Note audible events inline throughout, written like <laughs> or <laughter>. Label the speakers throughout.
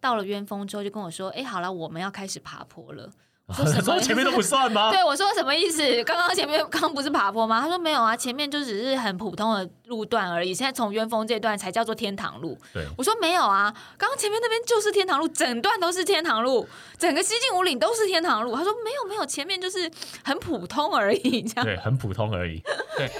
Speaker 1: 到了鸳峰之后就跟我说：“哎，好了，我们要开始爬坡了。”我说什
Speaker 2: <laughs> 说
Speaker 1: 么？
Speaker 2: 前面都不算
Speaker 1: <laughs>
Speaker 2: 吗？
Speaker 1: 对我说什么意思？刚刚前面刚刚不是爬坡吗？他说没有啊，前面就只是很普通的路段而已。现在从鸳峰这段才叫做天堂路。
Speaker 2: 对
Speaker 1: 我说没有啊，刚刚前面那边就是天堂路，整段都是天堂路，整个西进五岭都是天堂路。他说没有没有，前面就是很普通而已，这样。
Speaker 2: 对，很普通而已。对。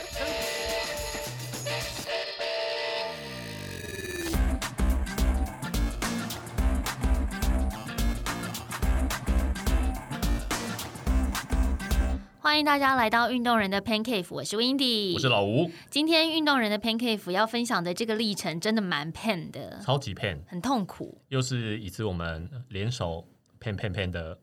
Speaker 1: 欢迎大家来到运动人的 Pan Cave，我是 Windy，
Speaker 2: 我是老吴，
Speaker 1: 今天运动人的 Pan Cave 要分享的这个历程真的蛮 pan 的，
Speaker 2: 超级 pen，
Speaker 1: 很痛苦，
Speaker 2: 又是一次我们联手 pen pen pen 的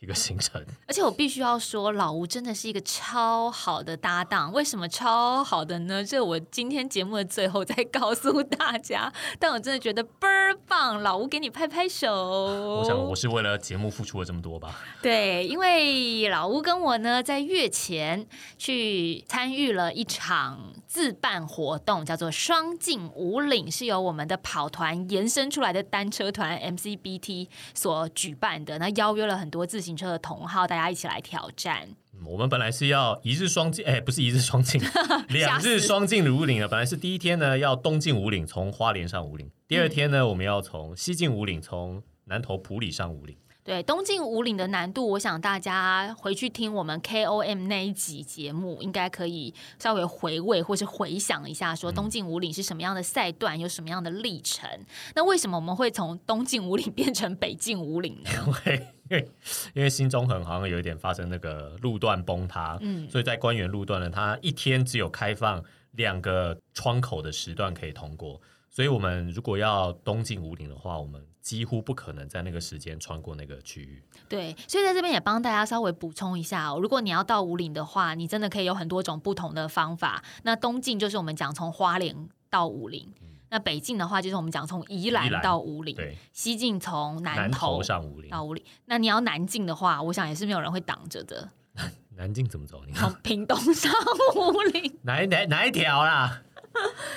Speaker 2: 一个行程。
Speaker 1: 而且我必须要说，老吴真的是一个超好的搭档。为什么超好的呢？这我今天节目的最后再告诉大家。但我真的觉得倍儿棒，老吴给你拍拍手。哦
Speaker 2: 我想我是为了节目付出了这么多吧。
Speaker 1: 对，因为老吴跟我呢，在月前去参与了一场自办活动，叫做“双进五岭”，是由我们的跑团延伸出来的单车团 MCBT 所举办的。那邀约了很多自行车的同好，大家一起来挑战。
Speaker 2: 嗯我们本来是要一日双 <laughs> 进，哎、不是一日双进，两
Speaker 1: 吓死
Speaker 2: 日双进五岭啊。本来是第一天呢要东进五岭，从花莲上五岭；第二天呢，我们要从西进五岭，从南投埔里上五岭。 <laughs>
Speaker 1: 对，东进五岭的难度，我想大家回去听我们 KOM 那一集节目，应该可以稍微回味或是回想一下，
Speaker 2: 嗯
Speaker 1: 说东进五岭是什么样的赛段，有什么样的历程。那为什么我们会从东进五岭 <laughs> 变成北进五岭呢？
Speaker 2: 对，因为因为新中横好像有一点发生那个路段崩塌，
Speaker 1: 嗯
Speaker 2: 所以在官员路段呢，它一天只有开放两个窗口的时段可以通过，所以我们如果要东进五岭的话，我们几乎不可能在那个时间穿过那个区域。
Speaker 1: 对，所以在这边也帮大家稍微补充一下哦。如果你要到五岭的话，你真的可以有很多种不同的方法。那东进就是我们讲从花莲到五岭，那北进的话就是我们讲从宜兰
Speaker 2: 嗯宜兰
Speaker 1: 到五岭，
Speaker 2: 对，
Speaker 1: 西进从
Speaker 2: 南
Speaker 1: 南
Speaker 2: 投
Speaker 1: 投
Speaker 2: 上五岭，
Speaker 1: 到五里。那你要南进的话，我想也是没有人会挡着的。
Speaker 2: 南京怎么走？你看
Speaker 1: 从屏东上五里，
Speaker 2: 哪一哪哪一条啦？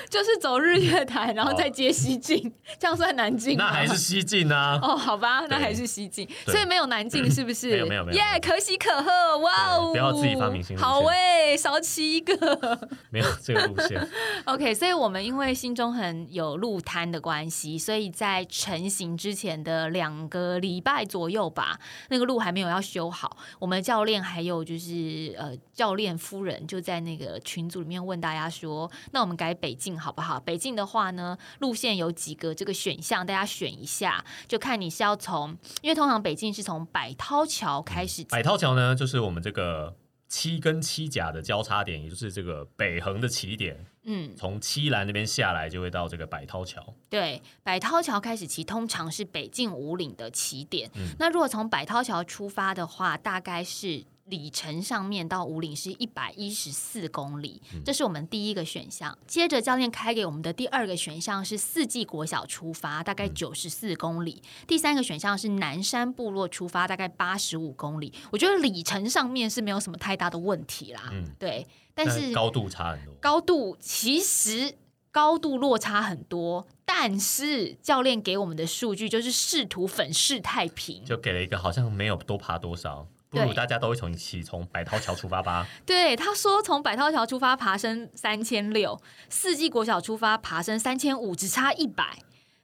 Speaker 1: 就是走日月潭，然后再接西进，这样算南进吗？
Speaker 2: 哦那还是西进啊。
Speaker 1: 哦，好吧，那
Speaker 2: 对
Speaker 1: 还是西进，
Speaker 2: 对
Speaker 1: 所以没有南进，是不是？
Speaker 2: 没有没有没有
Speaker 1: 耶可喜可贺，哇哦！
Speaker 2: 对不要自己发明新路线
Speaker 1: 好哎、少骑一个。
Speaker 2: 没有这个路线，
Speaker 1: OK，所以我们因为新中横有路摊的关系，所以在成型之前的两个礼拜左右吧，那个路还没有要修好。我们教练还有就是呃，教练夫人就在那个群组里面问大家说：“那我们改北进好不好？北进的话呢，路线有几个这个选项，大家选一下，就看你是要从，因为通常北进是从百涛桥开始
Speaker 2: 百涛桥呢，就是我们这个七跟七甲的交叉点，也就是这个北横的起点。
Speaker 1: 嗯，
Speaker 2: 从七兰那边下来，就会到这个百涛桥。
Speaker 1: 对，百涛桥开始骑，通常是北进五岭的起点。
Speaker 2: 嗯
Speaker 1: 那如果从百涛桥出发的话，大概是里程上面到五岭是一百一十四公里，
Speaker 2: 嗯
Speaker 1: 这是我们第一个选项。接着教练开给我们的第二个选项是四季国小出发，大
Speaker 2: 嗯
Speaker 1: 概九十四公里。第三个选项是南山部落出发，大概八十五公里。我觉得里程上面是没有什么太大的问题啦。
Speaker 2: 嗯
Speaker 1: 对，但是
Speaker 2: 高度差很多。
Speaker 1: 高度其实高度落差很多，但是教练给我们的数据就是试图粉饰太平。
Speaker 2: 就给了一个好像没有多爬多少，不如
Speaker 1: 对
Speaker 2: 大家都一起从百涛桥出发吧。
Speaker 1: 对，他说从百涛桥出发爬升三千六，四季国小出发爬升三千五，只差一百。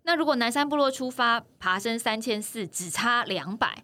Speaker 1: 那如果南山部落出发爬升三千四，只差两百。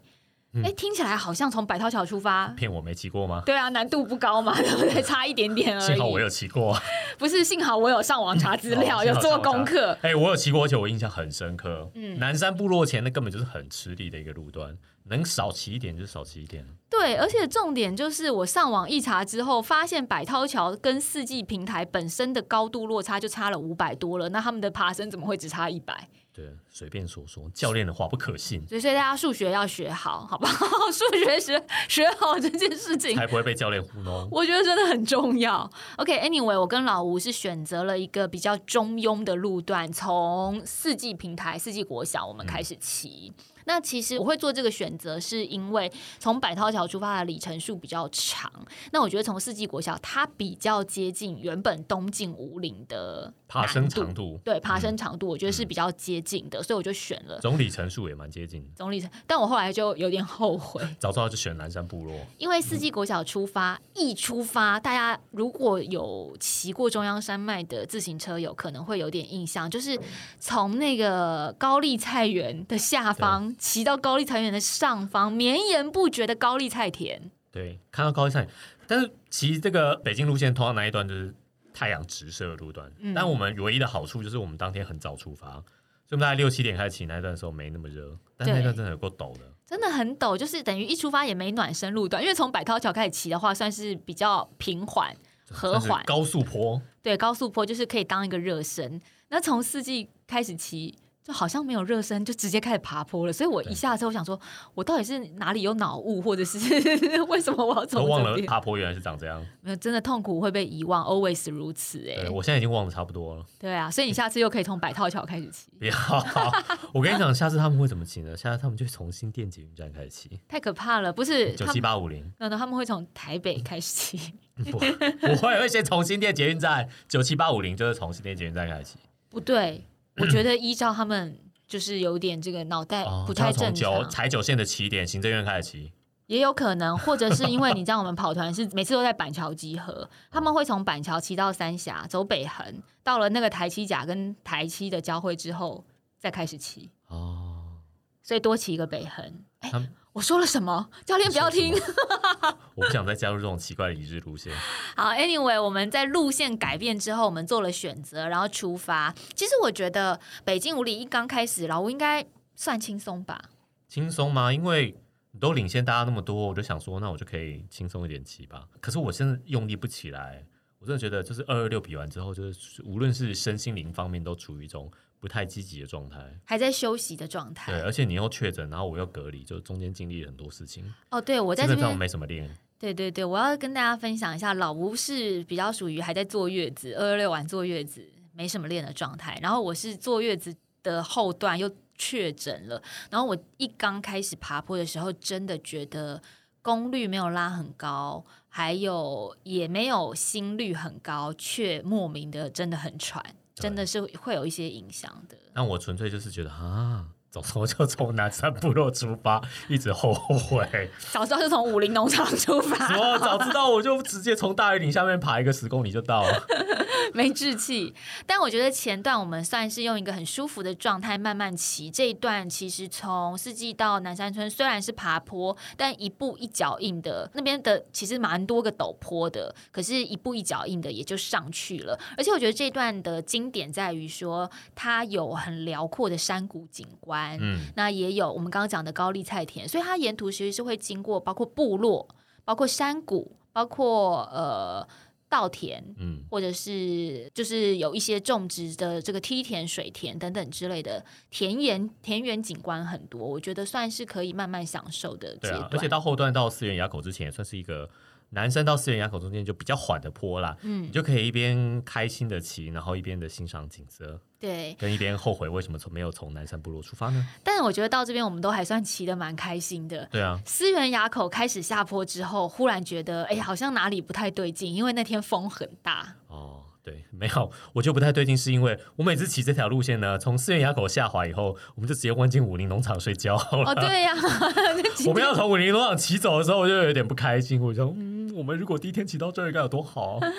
Speaker 2: 嗯
Speaker 1: 哎，听起来好像从百涛桥出发，
Speaker 2: 骗我没骑过吗？
Speaker 1: 对啊，难度不高嘛，对不对？差一点点而已。
Speaker 2: 幸好我有骑过，
Speaker 1: 不是，幸好我有上网查资料，
Speaker 2: 哦
Speaker 1: 有做功。
Speaker 2: 幸好
Speaker 1: 课
Speaker 2: 我。哎、我有骑过，而且我印象很深刻。
Speaker 1: 嗯
Speaker 2: 南山部落前那根本就是很吃力的一个路段，能少骑一点就少骑一点。
Speaker 1: 对，而且重点就是我上网一查之后，发现百涛桥跟四季平台本身的高度落差就差了五百多了，那他们的爬升怎么会只差一百？
Speaker 2: 对，随便说说，教练的话不可信，
Speaker 1: 所以所以大家数学要学好，好不好？ <laughs> 数学学学好这件事情
Speaker 2: 才不会被教练糊
Speaker 1: <laughs>
Speaker 2: 弄。
Speaker 1: 我觉得真的很重要。OK，Anyway，、我跟老吴是选择了一个比较中庸的路段，从四季平台、四季国小我们
Speaker 2: 嗯
Speaker 1: 开始骑。那其实我会做这个选择，是因为从百涛桥出发的里程数比较长。那我觉得从四季国小，它比较接近原本东进五岭的
Speaker 2: 爬升
Speaker 1: 难度
Speaker 2: 长度嗯
Speaker 1: 对爬升长度，我觉得是比较接近的，所以我就选了
Speaker 2: 总里程数也蛮接近的。
Speaker 1: 总里程。但我后来就有点后悔，
Speaker 2: 早知道就选南山部落，
Speaker 1: 因为四季国小出发，一出发，大家如果有骑过中央山脉的自行车，有可能会有点印象，就是从那个高丽菜园的下方骑到高丽菜园的上方，绵延不绝的高丽菜田。
Speaker 2: 对，看到高丽菜，但是其实这个北京路线通常那一段就是太阳直射的路段，
Speaker 1: 嗯
Speaker 2: 但我们唯一的好处就是我们当天很早出发，所以我们大概六七点开始骑那一段的时候没那么热，但那
Speaker 1: 对
Speaker 2: 段真的有够陡的。
Speaker 1: 真的很陡，就是等于一出发也没暖身路段，因为从百韬桥开始骑的话，算是比较平缓、和
Speaker 2: 但是
Speaker 1: 缓，
Speaker 2: 高速坡，
Speaker 1: 对高速坡就是可以当一个热身。那从四季开始骑，就好像没有热身，就直接开始爬坡了。所以我
Speaker 2: 对
Speaker 1: 一下车，我想说，我到底是哪里有脑雾，或者是 <laughs> 为什么我要走
Speaker 2: 都忘
Speaker 1: 这
Speaker 2: 了啊
Speaker 1: 边？
Speaker 2: 爬坡原来是长这样。
Speaker 1: 没有，真的痛苦会被遗忘，always 如此、
Speaker 2: 对，
Speaker 1: 哎，
Speaker 2: 我现在已经忘得差不多了。
Speaker 1: 对啊，所以你下次又可以从百韬桥开始骑，
Speaker 2: 不
Speaker 1: <laughs>
Speaker 2: 要，我跟你讲，下次他们会怎么骑呢？下次他们就从新店捷运站开始骑，
Speaker 1: 太可怕了。不是
Speaker 2: 九
Speaker 1: 他
Speaker 2: 七
Speaker 1: 们，
Speaker 2: 八五
Speaker 1: <laughs>
Speaker 2: 零，
Speaker 1: 那他们会从台北开始
Speaker 2: <laughs>
Speaker 1: 骑，
Speaker 2: 我我也会先从新店捷运站九七八五零，就是从新店捷运站开始骑。
Speaker 1: 不对，我觉得依照他们就是有点这个脑袋
Speaker 2: 哦，
Speaker 1: 哎不
Speaker 2: 就
Speaker 1: 太
Speaker 2: 要从
Speaker 1: 正常，
Speaker 2: 九台九线的起点，行政院开始骑，
Speaker 1: 也有可能，或者是因为你知道我们跑团是每次都在板桥集合，他们会从板桥骑到三峡，走北横，到了那个台七甲跟台七的交汇之后再开始骑，
Speaker 2: 哦，
Speaker 1: 所以多骑一个北横。哎
Speaker 2: 他们，
Speaker 1: 我说了什么？教练不要听 <laughs>
Speaker 2: 你。说什么，我不想再加入这种奇怪的一日路线。 <laughs>
Speaker 1: 好，Anyway，我们在路线改变之后，我们做了选择，然后出发。其实我觉得北京五里一刚开始，老吴应该算轻松吧。
Speaker 2: 轻松吗？因为你都领先大家那么多，我就想说，那我就可以轻松一点骑吧。可是我现在用力不起来，我真的觉得就是二二六比完之后，就是无论是身心灵方面都处于一种不太积极的状态。
Speaker 1: 还在休息的状
Speaker 2: 对，
Speaker 1: 态。
Speaker 2: 而且你又确诊，然后我又隔离，就中间经历了很多事情，
Speaker 1: 哦，对，我
Speaker 2: 基
Speaker 1: 在这
Speaker 2: 本上我
Speaker 1: 边，
Speaker 2: 没什么练。
Speaker 1: 对对对，我要跟大家分享一下，老吴是比较属于还在坐月子，二二六晚坐月子，没什么练的状态。然后我是坐月子的后段又确诊了，然后我一刚开始爬坡的时候，真的觉得功率没有拉很高，还有也没有心率很高，却莫名的真的很喘，
Speaker 2: 对
Speaker 1: 真的是会有一些影响的。
Speaker 2: 但我纯粹就是觉得啊，早知道就从南山部落出发，一直后悔。
Speaker 1: 早知道就从武林农场出
Speaker 2: <laughs>
Speaker 1: 发，
Speaker 2: 什么？早知道我就直接从大榆岭下面爬一个十公里就到了。
Speaker 1: 没志气。但我觉得前段我们算是用一个很舒服的状态慢慢骑这一段，其实从四季到南山村虽然是爬坡，但一步一脚印的，那边的其实蛮多个陡坡的，可是一步一脚印的也就上去了。而且我觉得这段的经典在于说，它有很辽阔的山谷景观，
Speaker 2: 嗯，
Speaker 1: 那也有我们刚刚讲的高丽菜田，所以它沿途其实是会经过包括部落、包括山谷、包括呃稻田，
Speaker 2: 嗯，
Speaker 1: 或者是就是有一些种植的这个梯田、水田等等之类的田园田园景观很多，我觉得算是可以慢慢享受的阶
Speaker 2: 对
Speaker 1: 段。
Speaker 2: 啊，而且到后段到四元垭口之前，也算是一个南山到四元垭口中间就比较缓的坡啦。你
Speaker 1: 嗯，
Speaker 2: 就可以一边开心的骑，然后一边的欣赏景色，
Speaker 1: 对。
Speaker 2: 跟一边后悔为什么从没有从南山部落出发呢？
Speaker 1: 但是我觉得到这边我们都还算骑得蛮开心的。
Speaker 2: 对啊，
Speaker 1: 思源垭口开始下坡之后，忽然觉得哎、好像哪里不太对劲，因为那天风很大。
Speaker 2: 哦，对，没有，我就不太对劲，是因为我每次骑这条路线呢，从四元垭口下滑以后，我们就直接弯进武林农场睡觉了。
Speaker 1: 哦，对呀、 <laughs> 那今
Speaker 2: 我们
Speaker 1: 天
Speaker 2: 要从武林农场骑走的时候，我就有点不开心，我就想，嗯，我们如果第一天骑到这儿该有多好。啊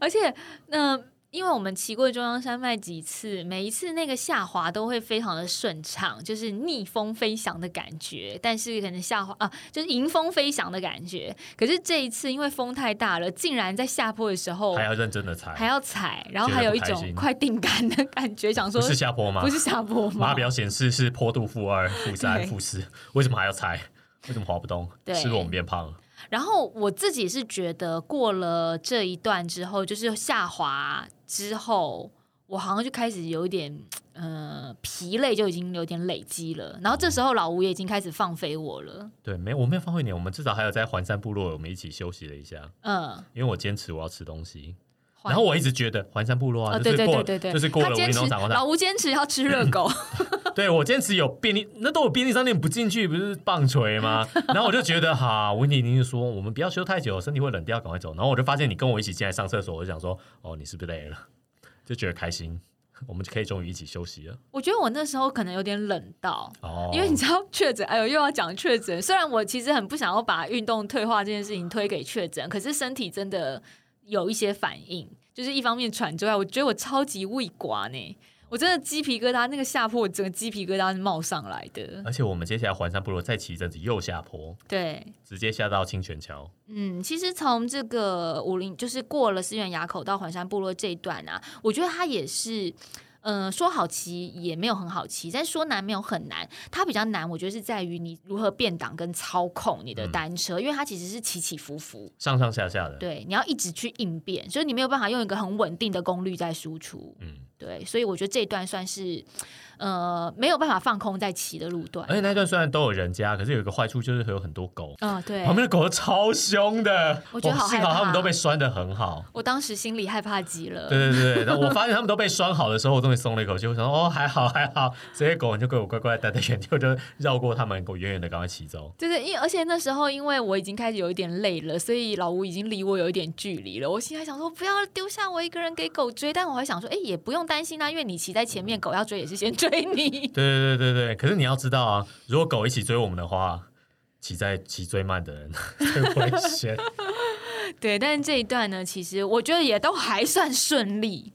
Speaker 1: 而且，那、因为我们骑过中央山脉几次，每一次那个下滑都会非常的顺畅，就是逆风飞翔的感觉。但是可能下滑啊，就是迎风飞翔的感觉。可是这一次，因为风太大了，竟然在下坡的时候
Speaker 2: 还要认真的踩，
Speaker 1: 哦还要踩，然后还
Speaker 2: 觉得
Speaker 1: 有
Speaker 2: 不
Speaker 1: 一
Speaker 2: 开
Speaker 1: 种
Speaker 2: 心
Speaker 1: 快定杆的感觉，想说
Speaker 2: 不是下坡吗？
Speaker 1: 不是下坡
Speaker 2: 码
Speaker 1: 吗？
Speaker 2: 表显示是坡度负二、负三、
Speaker 1: <laughs> 对
Speaker 2: 负四，为什么还要猜？为什么滑不动？
Speaker 1: 对
Speaker 2: 是不是我们变胖了？
Speaker 1: 然后我自己是觉得过了这一段之后，就是下滑之后，我好像就开始有一点呃疲累，就已经有点累积了。然后这时候老吴也已经开始放飞我了，
Speaker 2: 对，没有，我没有放回你，我们至少还有在环山部落，我们一起休息了一下，
Speaker 1: 嗯。
Speaker 2: 因为我坚持我要吃东西，
Speaker 1: 换
Speaker 2: 然后我一直觉得环山部落啊，
Speaker 1: 哦，
Speaker 2: 就
Speaker 1: 对
Speaker 2: 是
Speaker 1: 对
Speaker 2: 过
Speaker 1: 对
Speaker 2: 了
Speaker 1: 对对，
Speaker 2: 就是过了
Speaker 1: 他
Speaker 2: 武
Speaker 1: 坚
Speaker 2: 林
Speaker 1: 持
Speaker 2: 农场广
Speaker 1: 老
Speaker 2: 场，
Speaker 1: 吴坚持要吃热
Speaker 2: <laughs>
Speaker 1: 狗，
Speaker 2: 对我坚持有便利，那都有便利商店不进去不是棒槌吗？ <laughs> 然后我就觉得哈，维尼宁就说我们不要休太久，身体会冷 <laughs> 掉，赶快走。然后我就发现你跟我一起进来上厕所，我就想说哦，你是不是累了？就觉得开心，我们就可以终于一起休息了。
Speaker 1: 我觉得我那时候可能有点冷到，
Speaker 2: 哦，
Speaker 1: 因为你知道确诊，哎呦又要讲确诊。虽然我其实很不想要把运动退化这件事情推给确诊，可是身体真的有一些反应，就是一方面喘之外，我觉得我超级胃寡呢，我真的鸡皮疙瘩，那个下坡我整个鸡皮疙瘩是冒上来的。
Speaker 2: 而且我们接下来环山部落再骑一阵子右下坡，
Speaker 1: 对，
Speaker 2: 直接下到清泉桥。
Speaker 1: 嗯，其实从这个武林，就是过了思源垭口到环山部落这一段啊，我觉得它也是。嗯、说好骑也没有很好骑，但说难没有很难。它比较难，我觉得是在于你如何变档跟操控你的
Speaker 2: 嗯
Speaker 1: 单车，因为它其实是起起伏伏，
Speaker 2: 上上下下的，
Speaker 1: 对，你要一直去应变，所以你没有办法用一个很稳定的功率在输出。
Speaker 2: 嗯，
Speaker 1: 对，所以我觉得这一段算是呃没有办法放空在骑的路段。
Speaker 2: 而且哎那段虽然都有人家，可是有一个坏处就是会有很多狗，
Speaker 1: 嗯、对
Speaker 2: 旁，边的狗都超凶的，
Speaker 1: 我觉得好
Speaker 2: 幸
Speaker 1: 害
Speaker 2: 好
Speaker 1: 怕
Speaker 2: 他们都被拴的很好。
Speaker 1: 我当时心里害怕极了。
Speaker 2: 对对对对，然后我发现他们都被拴好的时候，我终于松了一口气。我想说，哦，还好 <laughs> 还好，这些狗你就给我乖乖地待在原地，我就绕过他们，给我远远的赶快骑走。
Speaker 1: 就是因而且那时候因为我已经开始有一点累了，所以老吴已经离我有一点距离了。我心里还想说不要丢下我一个人给狗追，但我还想说，哎、也不用担心啊，因为你骑在前面，狗要追也是先追你。
Speaker 2: 对对对对对，可是你要知道啊，如果狗一起追我们的话，骑在骑最慢的人 <laughs> 最危
Speaker 1: <laughs>
Speaker 2: 险啊、
Speaker 1: 对，但是这一段呢，其实我觉得也都还算顺利。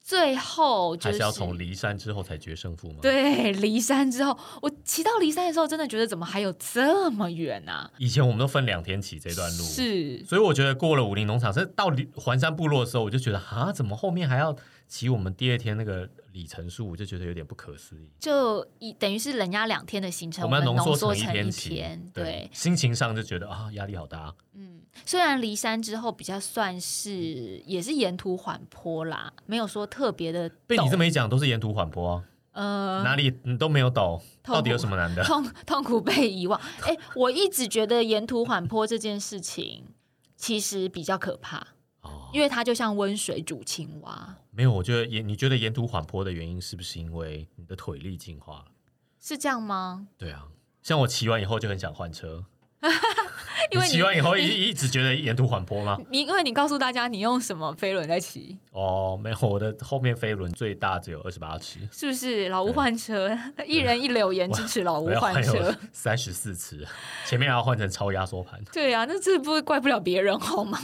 Speaker 1: 最后就
Speaker 2: <laughs> 还
Speaker 1: 是
Speaker 2: 是要从骊山之后才决胜负吗？，
Speaker 1: 对骊山之后，我骑到骊山的时候，真的觉得怎么还有这么远啊？
Speaker 2: 以前我们都分两天骑这段路，
Speaker 1: 是
Speaker 2: 所以我觉得过了武林农场，是到里环山部落的时候，我就觉得啊，怎么后面还要骑我们第二天那个里程数，我就觉得有点不可思议。
Speaker 1: 就一等于是人家两天的行程，我
Speaker 2: 们
Speaker 1: 们
Speaker 2: 浓
Speaker 1: 浓缩
Speaker 2: 成
Speaker 1: 成
Speaker 2: 天
Speaker 1: 一
Speaker 2: 骑，
Speaker 1: 天，对
Speaker 2: 对，，心情上就觉得啊，压力好大。
Speaker 1: 虽然离山之后比较算是也是沿途缓坡啦，没有说特别的
Speaker 2: 被你
Speaker 1: 陡
Speaker 2: 这么一讲，都是沿途缓坡啊、
Speaker 1: 呃
Speaker 2: 哪里你都没有陡，
Speaker 1: 痛苦
Speaker 2: 到底有什么
Speaker 1: <laughs>
Speaker 2: 难的？
Speaker 1: 痛痛苦被遗忘。哎、我一直觉得沿途缓坡这件事情其实比较可怕，
Speaker 2: 哦，
Speaker 1: 因为它就像温水煮青蛙，
Speaker 2: 没有，我觉得沿你觉得沿途缓坡的原因是不是因为你的腿力进化了？
Speaker 1: 是这样吗？
Speaker 2: 对啊，像我骑完以后就很想换车，
Speaker 1: <laughs> 因为
Speaker 2: 你骑完以
Speaker 1: <laughs>
Speaker 2: 后一一直觉得沿途缓坡吗？
Speaker 1: 你因为你告诉大家你用什么飞轮在骑，
Speaker 2: 哦，没有，我的后面飞轮最大只有二十八尺。
Speaker 1: 是不是？老吴换车， <laughs> 一人一留言支持老吴
Speaker 2: 我要
Speaker 1: 换车。
Speaker 2: 三十四次，前面还要换成超压缩盘，
Speaker 1: <laughs> 对啊，那这不怪不了别人好吗？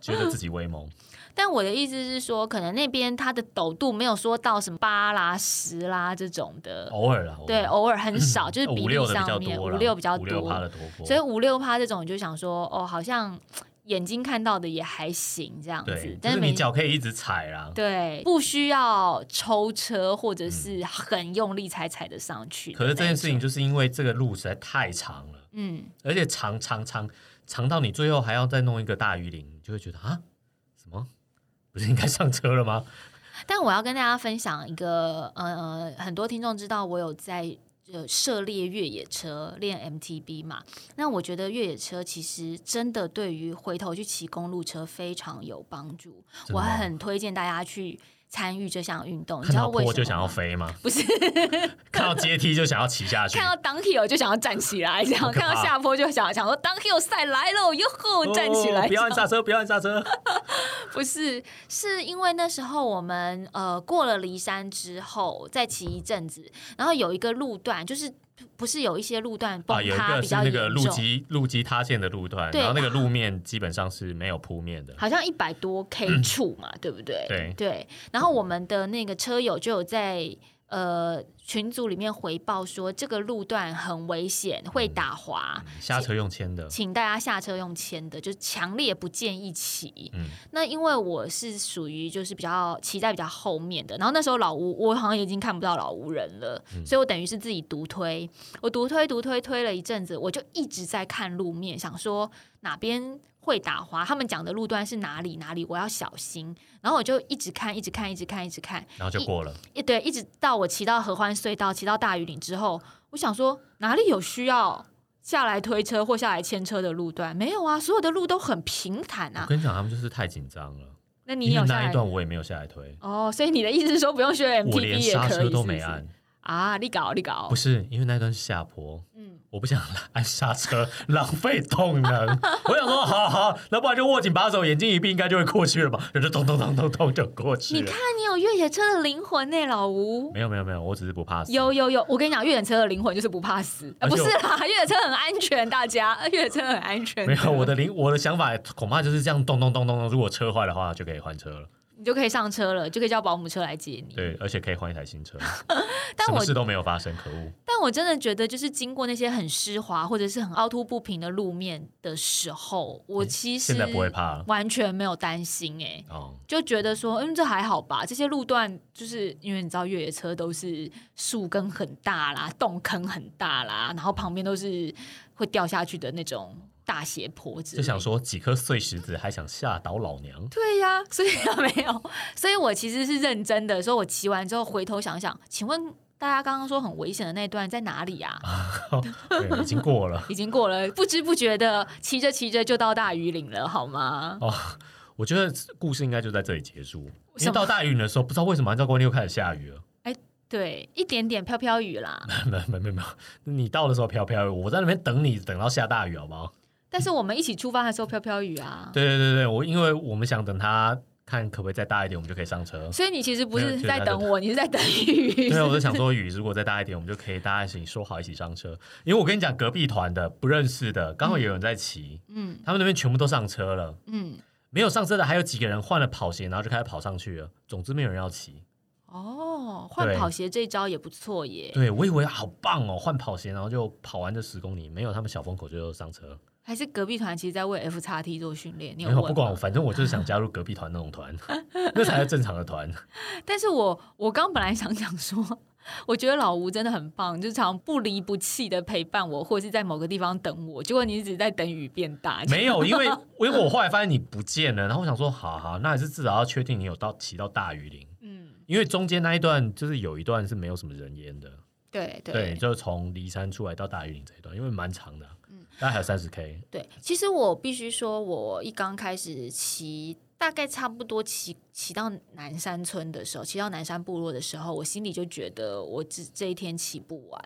Speaker 2: 觉得自己威
Speaker 1: <laughs>
Speaker 2: 猛。
Speaker 1: 但我的意思是说，可能那边它的陡度没有说到什么八啦、十啦这种的，
Speaker 2: 偶尔啦，啊偶尔
Speaker 1: 对，偶尔很
Speaker 2: <clears throat>
Speaker 1: 少，就是比
Speaker 2: 哦五
Speaker 1: 例
Speaker 2: 六的比较
Speaker 1: 上面
Speaker 2: 多
Speaker 1: 五
Speaker 2: 啦，
Speaker 1: 六比较
Speaker 2: 五六趴
Speaker 1: 多，
Speaker 2: 的多过，
Speaker 1: 所以五六趴这种你就想说，哦，好像眼睛看到的也还行这样
Speaker 2: 对
Speaker 1: 子，，
Speaker 2: 就
Speaker 1: 但
Speaker 2: 是
Speaker 1: 没
Speaker 2: 你脚可以一直踩啊啦。
Speaker 1: 对，不需要抽车或者是很用力才踩得上去。
Speaker 2: 嗯可是这件事情，就是因为这个路实在太长了，
Speaker 1: 嗯，
Speaker 2: 而且长长长长到你最后还要再弄一个大鱼鳞，你就会觉得啊，什么？不是应该上车了吗？
Speaker 1: 但我要跟大家分享一个，呃，很多听众知道我有在呃涉猎越野车，练 MTB 嘛。那我觉得越野车其实真的对于回头去骑公路车非常有帮助，
Speaker 2: 的
Speaker 1: 我
Speaker 2: 吗
Speaker 1: 很推荐大家去参与这项运动。你
Speaker 2: 看
Speaker 1: 知道
Speaker 2: 到
Speaker 1: 为
Speaker 2: 坡就
Speaker 1: 什
Speaker 2: 想
Speaker 1: 么
Speaker 2: 要
Speaker 1: 吗？
Speaker 2: 飞吗？
Speaker 1: 不是
Speaker 2: 看到阶梯就想要骑下去
Speaker 1: 看，到 d o n k e y 就想要站起来，这样
Speaker 2: 好可
Speaker 1: 看
Speaker 2: 怕
Speaker 1: 到下坡就想要想说 d o n k e y 赛来喽，哟吼，站起来，
Speaker 2: 哦不要按
Speaker 1: 这样
Speaker 2: 刹车，不要按
Speaker 1: <laughs>
Speaker 2: 刹车。
Speaker 1: 不是，是因为那时候我们呃过了骊山之后，再骑一阵子，然后有一个路段，就是不是有一些路段崩
Speaker 2: 啊，有一
Speaker 1: 塌
Speaker 2: 个
Speaker 1: 比
Speaker 2: 是
Speaker 1: 较
Speaker 2: 那
Speaker 1: 严
Speaker 2: 个
Speaker 1: 重，
Speaker 2: 路基路基塌陷的路段，
Speaker 1: 对啊
Speaker 2: 然后那个路面基本上是没有铺面的。
Speaker 1: 好像一百多 K 处嘛，对不对？
Speaker 2: 嗯对
Speaker 1: 然后我们的那个车友就有在呃群组里面回报说，这个路段很危险，会
Speaker 2: 嗯
Speaker 1: 打滑。
Speaker 2: 下车用签的，
Speaker 1: 请大家下车用签的，就是强烈不建议骑。
Speaker 2: 嗯
Speaker 1: 那因为我是属于就是比较骑在比较后面的，然后那时候老吴我好像已经看不到老吴人了，
Speaker 2: 嗯
Speaker 1: 所以我等于是自己独推，我独推独推推了一阵子，我就一直在看路面，想说哪边。会打滑，他们讲的路段是哪里哪里，我要小心。然后我就一直看，一直看，一直看，一直看，
Speaker 2: 然后就过了。
Speaker 1: 一对，一直到我骑到合欢隧道，骑到大屿岭之后，我想说哪里有需要下来推车或下来牵车的路段？没有啊，所有的路都很平坦
Speaker 2: 我
Speaker 1: 啊。
Speaker 2: 跟你讲，他们就是太紧张了。
Speaker 1: 那你
Speaker 2: 因
Speaker 1: 有
Speaker 2: 为
Speaker 1: 下
Speaker 2: 那一
Speaker 1: 来？
Speaker 2: 段我也没有下来推，
Speaker 1: 哦，所以你的意思是说不用学
Speaker 2: 我
Speaker 1: MTB
Speaker 2: 连
Speaker 1: 也
Speaker 2: 刹
Speaker 1: 可以？
Speaker 2: 车都没
Speaker 1: 是不是
Speaker 2: 按。
Speaker 1: 啊！你搞你搞
Speaker 2: 不，是，因为那一段是下坡，
Speaker 1: 嗯，
Speaker 2: 我不想按刹车，浪费动能。我想说，好好，那不然就握紧把手，眼睛一闭，应该就会过去了吧？就是咚咚咚咚咚就过去
Speaker 1: 你
Speaker 2: 了
Speaker 1: 看。，你有越野车的灵魂呢，老吴。
Speaker 2: 啊没有没有没有，我只是不怕死。
Speaker 1: 有有有，我跟你讲，越野车的灵魂就是不怕死，呃、
Speaker 2: 而
Speaker 1: 不
Speaker 2: 且
Speaker 1: 是
Speaker 2: 我
Speaker 1: 啦，越野车很安全，大家 <laughs> 越野车很安全。
Speaker 2: 没有，我的灵，我的想法恐怕就是这样，咚咚咚咚咚。如果车坏的话，就可以换车了。
Speaker 1: 你就可以上车了，就可以叫保姆车来接你。
Speaker 2: 对，而且可以换一台新车，
Speaker 1: 但
Speaker 2: 什么
Speaker 1: 我
Speaker 2: 事都没有发生，可恶。
Speaker 1: 但我真的觉得，就是经过那些很湿滑或者是很凹凸不平的路面的时候，我其实
Speaker 2: 现在不会怕了。
Speaker 1: 完全没有担心哎、
Speaker 2: 哦，
Speaker 1: 就觉得说，嗯，这还好吧。这些路段就是因为你知道越野车都是树根很大啦，洞坑很大啦，然后旁边都是会掉下去的那种大斜坡之类
Speaker 2: 就
Speaker 1: 的。
Speaker 2: 想说几颗碎石子还想吓倒老娘，
Speaker 1: 对呀、所以啊 <laughs> 没有，所以我其实是认真的。说我骑完之后回头想想，请问大家刚刚说很危险的那段在哪里啊？
Speaker 2: 对，已经过了。
Speaker 1: 已经过了，不知不觉的骑着骑着就到大榆岭了，好吗？
Speaker 2: 哦，我觉得故事应该就在这里结束。
Speaker 1: 什么
Speaker 2: 因为到大雨的时候，不知道为什么按照惯例又开始下雨了。 <laughs>
Speaker 1: 对，一点点飘飘雨啦。
Speaker 2: 没没没没有，你到的时候飘飘雨，我在那边等你，等到下大雨好不好？
Speaker 1: 但是我们一起出发的时候飘飘雨啊。
Speaker 2: 对对对对，我因为我们想等他看可不可以再大一点，我们就可以上车。
Speaker 1: 所以你其实不
Speaker 2: 没有
Speaker 1: 是
Speaker 2: 就是
Speaker 1: 在
Speaker 2: 他
Speaker 1: 等
Speaker 2: 就
Speaker 1: 我，你是在等雨。
Speaker 2: 对，我哦就想说雨如果再大一点，我们就可以大家一起说好一起上车。因为我跟你讲，隔壁团的不认识的，刚好有人在骑，
Speaker 1: <laughs> 嗯
Speaker 2: 他们那边全部都上车了。
Speaker 1: 嗯，
Speaker 2: 没有上车的还有几个人换了跑鞋，然后就开始跑上去了。总之没有人要骑。
Speaker 1: 哦，换
Speaker 2: 对
Speaker 1: 跑鞋这一招也不错耶。
Speaker 2: 对我以为好棒哦，换跑鞋，然后就跑完这十公里，没有他们小风口就上车了。
Speaker 1: 还是隔壁团其实在为 F 叉 T 做训练，你有
Speaker 2: 没有
Speaker 1: 问
Speaker 2: 不管
Speaker 1: 吗
Speaker 2: 我，反正我就是想加入隔壁团那种团， <laughs> 那才是正常
Speaker 1: <laughs>
Speaker 2: 的团。
Speaker 1: 但是我我刚本来想讲说，我觉得老吴真的很棒，就是常不离不弃的陪伴我，或者是在某个地方等我。结果你只在等雨变大，
Speaker 2: 没有，因为因为我后来发现你不见了，然后我想说，好好，那还是至少要确定你有到骑到大榆林，
Speaker 1: <laughs> 嗯，
Speaker 2: 因为中间那一段就是有一段是没有什么人烟的，
Speaker 1: 对对
Speaker 2: 对，就是从骊山出来到大榆林这一段，因为蛮长的啊，
Speaker 1: 嗯
Speaker 2: 大概还有三十 K，
Speaker 1: 对，其实我必须说，我一刚开始骑，大概差不多骑骑到南山村的时候，骑到南山部落的时候，我心里就觉得我这这一天骑不完，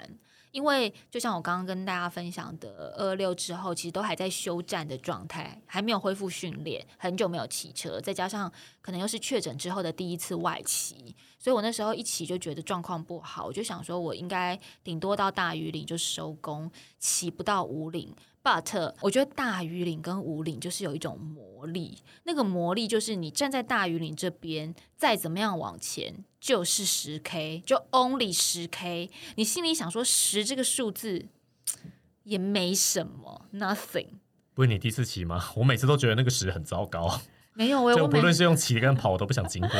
Speaker 1: 因为就像我刚刚跟大家分享的，二六之后其实都还在休战的状态，还没有恢复训练，很久没有骑车，再加上可能又是确诊之后的第一次外骑，所以我那时候一骑就觉得状况不好，我就想说我应该顶多到大榆岭就收工，骑不到五岭。But 我觉得大榆岭跟五岭就是有一种魔力，那个魔力就是你站在大榆岭这边，再怎么样往前就是十 K，就 only 十 K。你心里想说十这个数字也没什么，nothing。
Speaker 2: 不是你第一次骑吗？ <laughs> 我每次都觉得那个石很糟糕，
Speaker 1: 没有诶、
Speaker 2: 就
Speaker 1: 我
Speaker 2: 不
Speaker 1: 每
Speaker 2: 论是用骑跟跑，我都不想经过。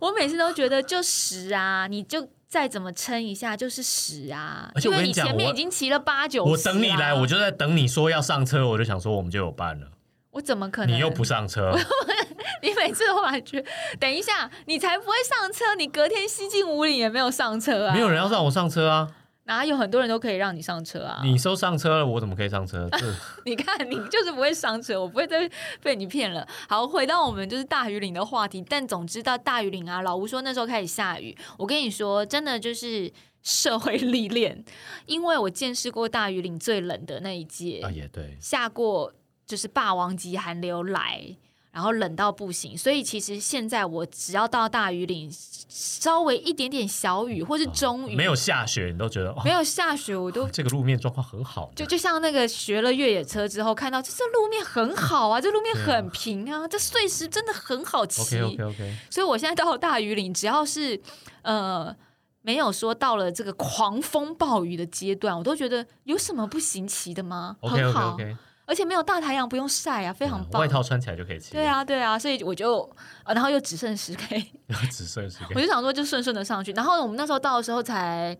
Speaker 1: 我每次都觉得就十啊，你就再怎么撑一下就是十啊，
Speaker 2: 而且
Speaker 1: 因
Speaker 2: 我
Speaker 1: 为
Speaker 2: 跟
Speaker 1: 你
Speaker 2: 你讲
Speaker 1: 前面
Speaker 2: 我
Speaker 1: 已经骑了八九、啊
Speaker 2: 我等你来，我就在等你说要上车，我就想说我们就有伴了，
Speaker 1: 我怎么可能？啊
Speaker 2: 你又不上车，
Speaker 1: <laughs> 你每次都感觉，等一下，你才不会上车，你隔天西进五岭也没有上车啊，
Speaker 2: 没有人要让我上车啊！
Speaker 1: 哪有很多人都可以让你上车啊？
Speaker 2: 你都上车了，我怎么可以上车？这
Speaker 1: <laughs> 你看，你就是不会上车，我不会再被你骗了。好，回到我们就是大榆岭的话题，但总之到大榆岭啊，老吴说那时候开始下雨，我跟你说，真的就是社会历练，因为我见识过大榆岭最冷的那一届，
Speaker 2: <laughs> 啊也对，
Speaker 1: 下过就是霸王级寒流来，然后冷到不行，所以其实现在我只要到大榆岭，稍微一点点小雨或是中雨，
Speaker 2: 啊没有下雪，你都觉得哦
Speaker 1: 没，有下雪，我都。
Speaker 2: 这个路面状况很好呢，
Speaker 1: 就就像那个学了越野车之后，看到这这路面很好啊，这路面
Speaker 2: 对啊
Speaker 1: 很平啊，这碎石真的很好骑。
Speaker 2: OK OK OK，
Speaker 1: 所以我现在到大榆岭，只要是呃没有说到了这个狂风暴雨的阶段，我都觉得有什么不行骑的吗？
Speaker 2: OK
Speaker 1: 很
Speaker 2: OK
Speaker 1: 好
Speaker 2: OK，
Speaker 1: 而且没有大太阳，不用晒啊，非常棒。
Speaker 2: 啊嗯外套穿起来就可以骑，
Speaker 1: 对，啊，对啊，所以我就，呃然后又只剩十
Speaker 2: <laughs>
Speaker 1: K，
Speaker 2: 然后只剩十
Speaker 1: 我
Speaker 2: 个，
Speaker 1: 就想说就顺顺的上去。然后我们那时候到的时候才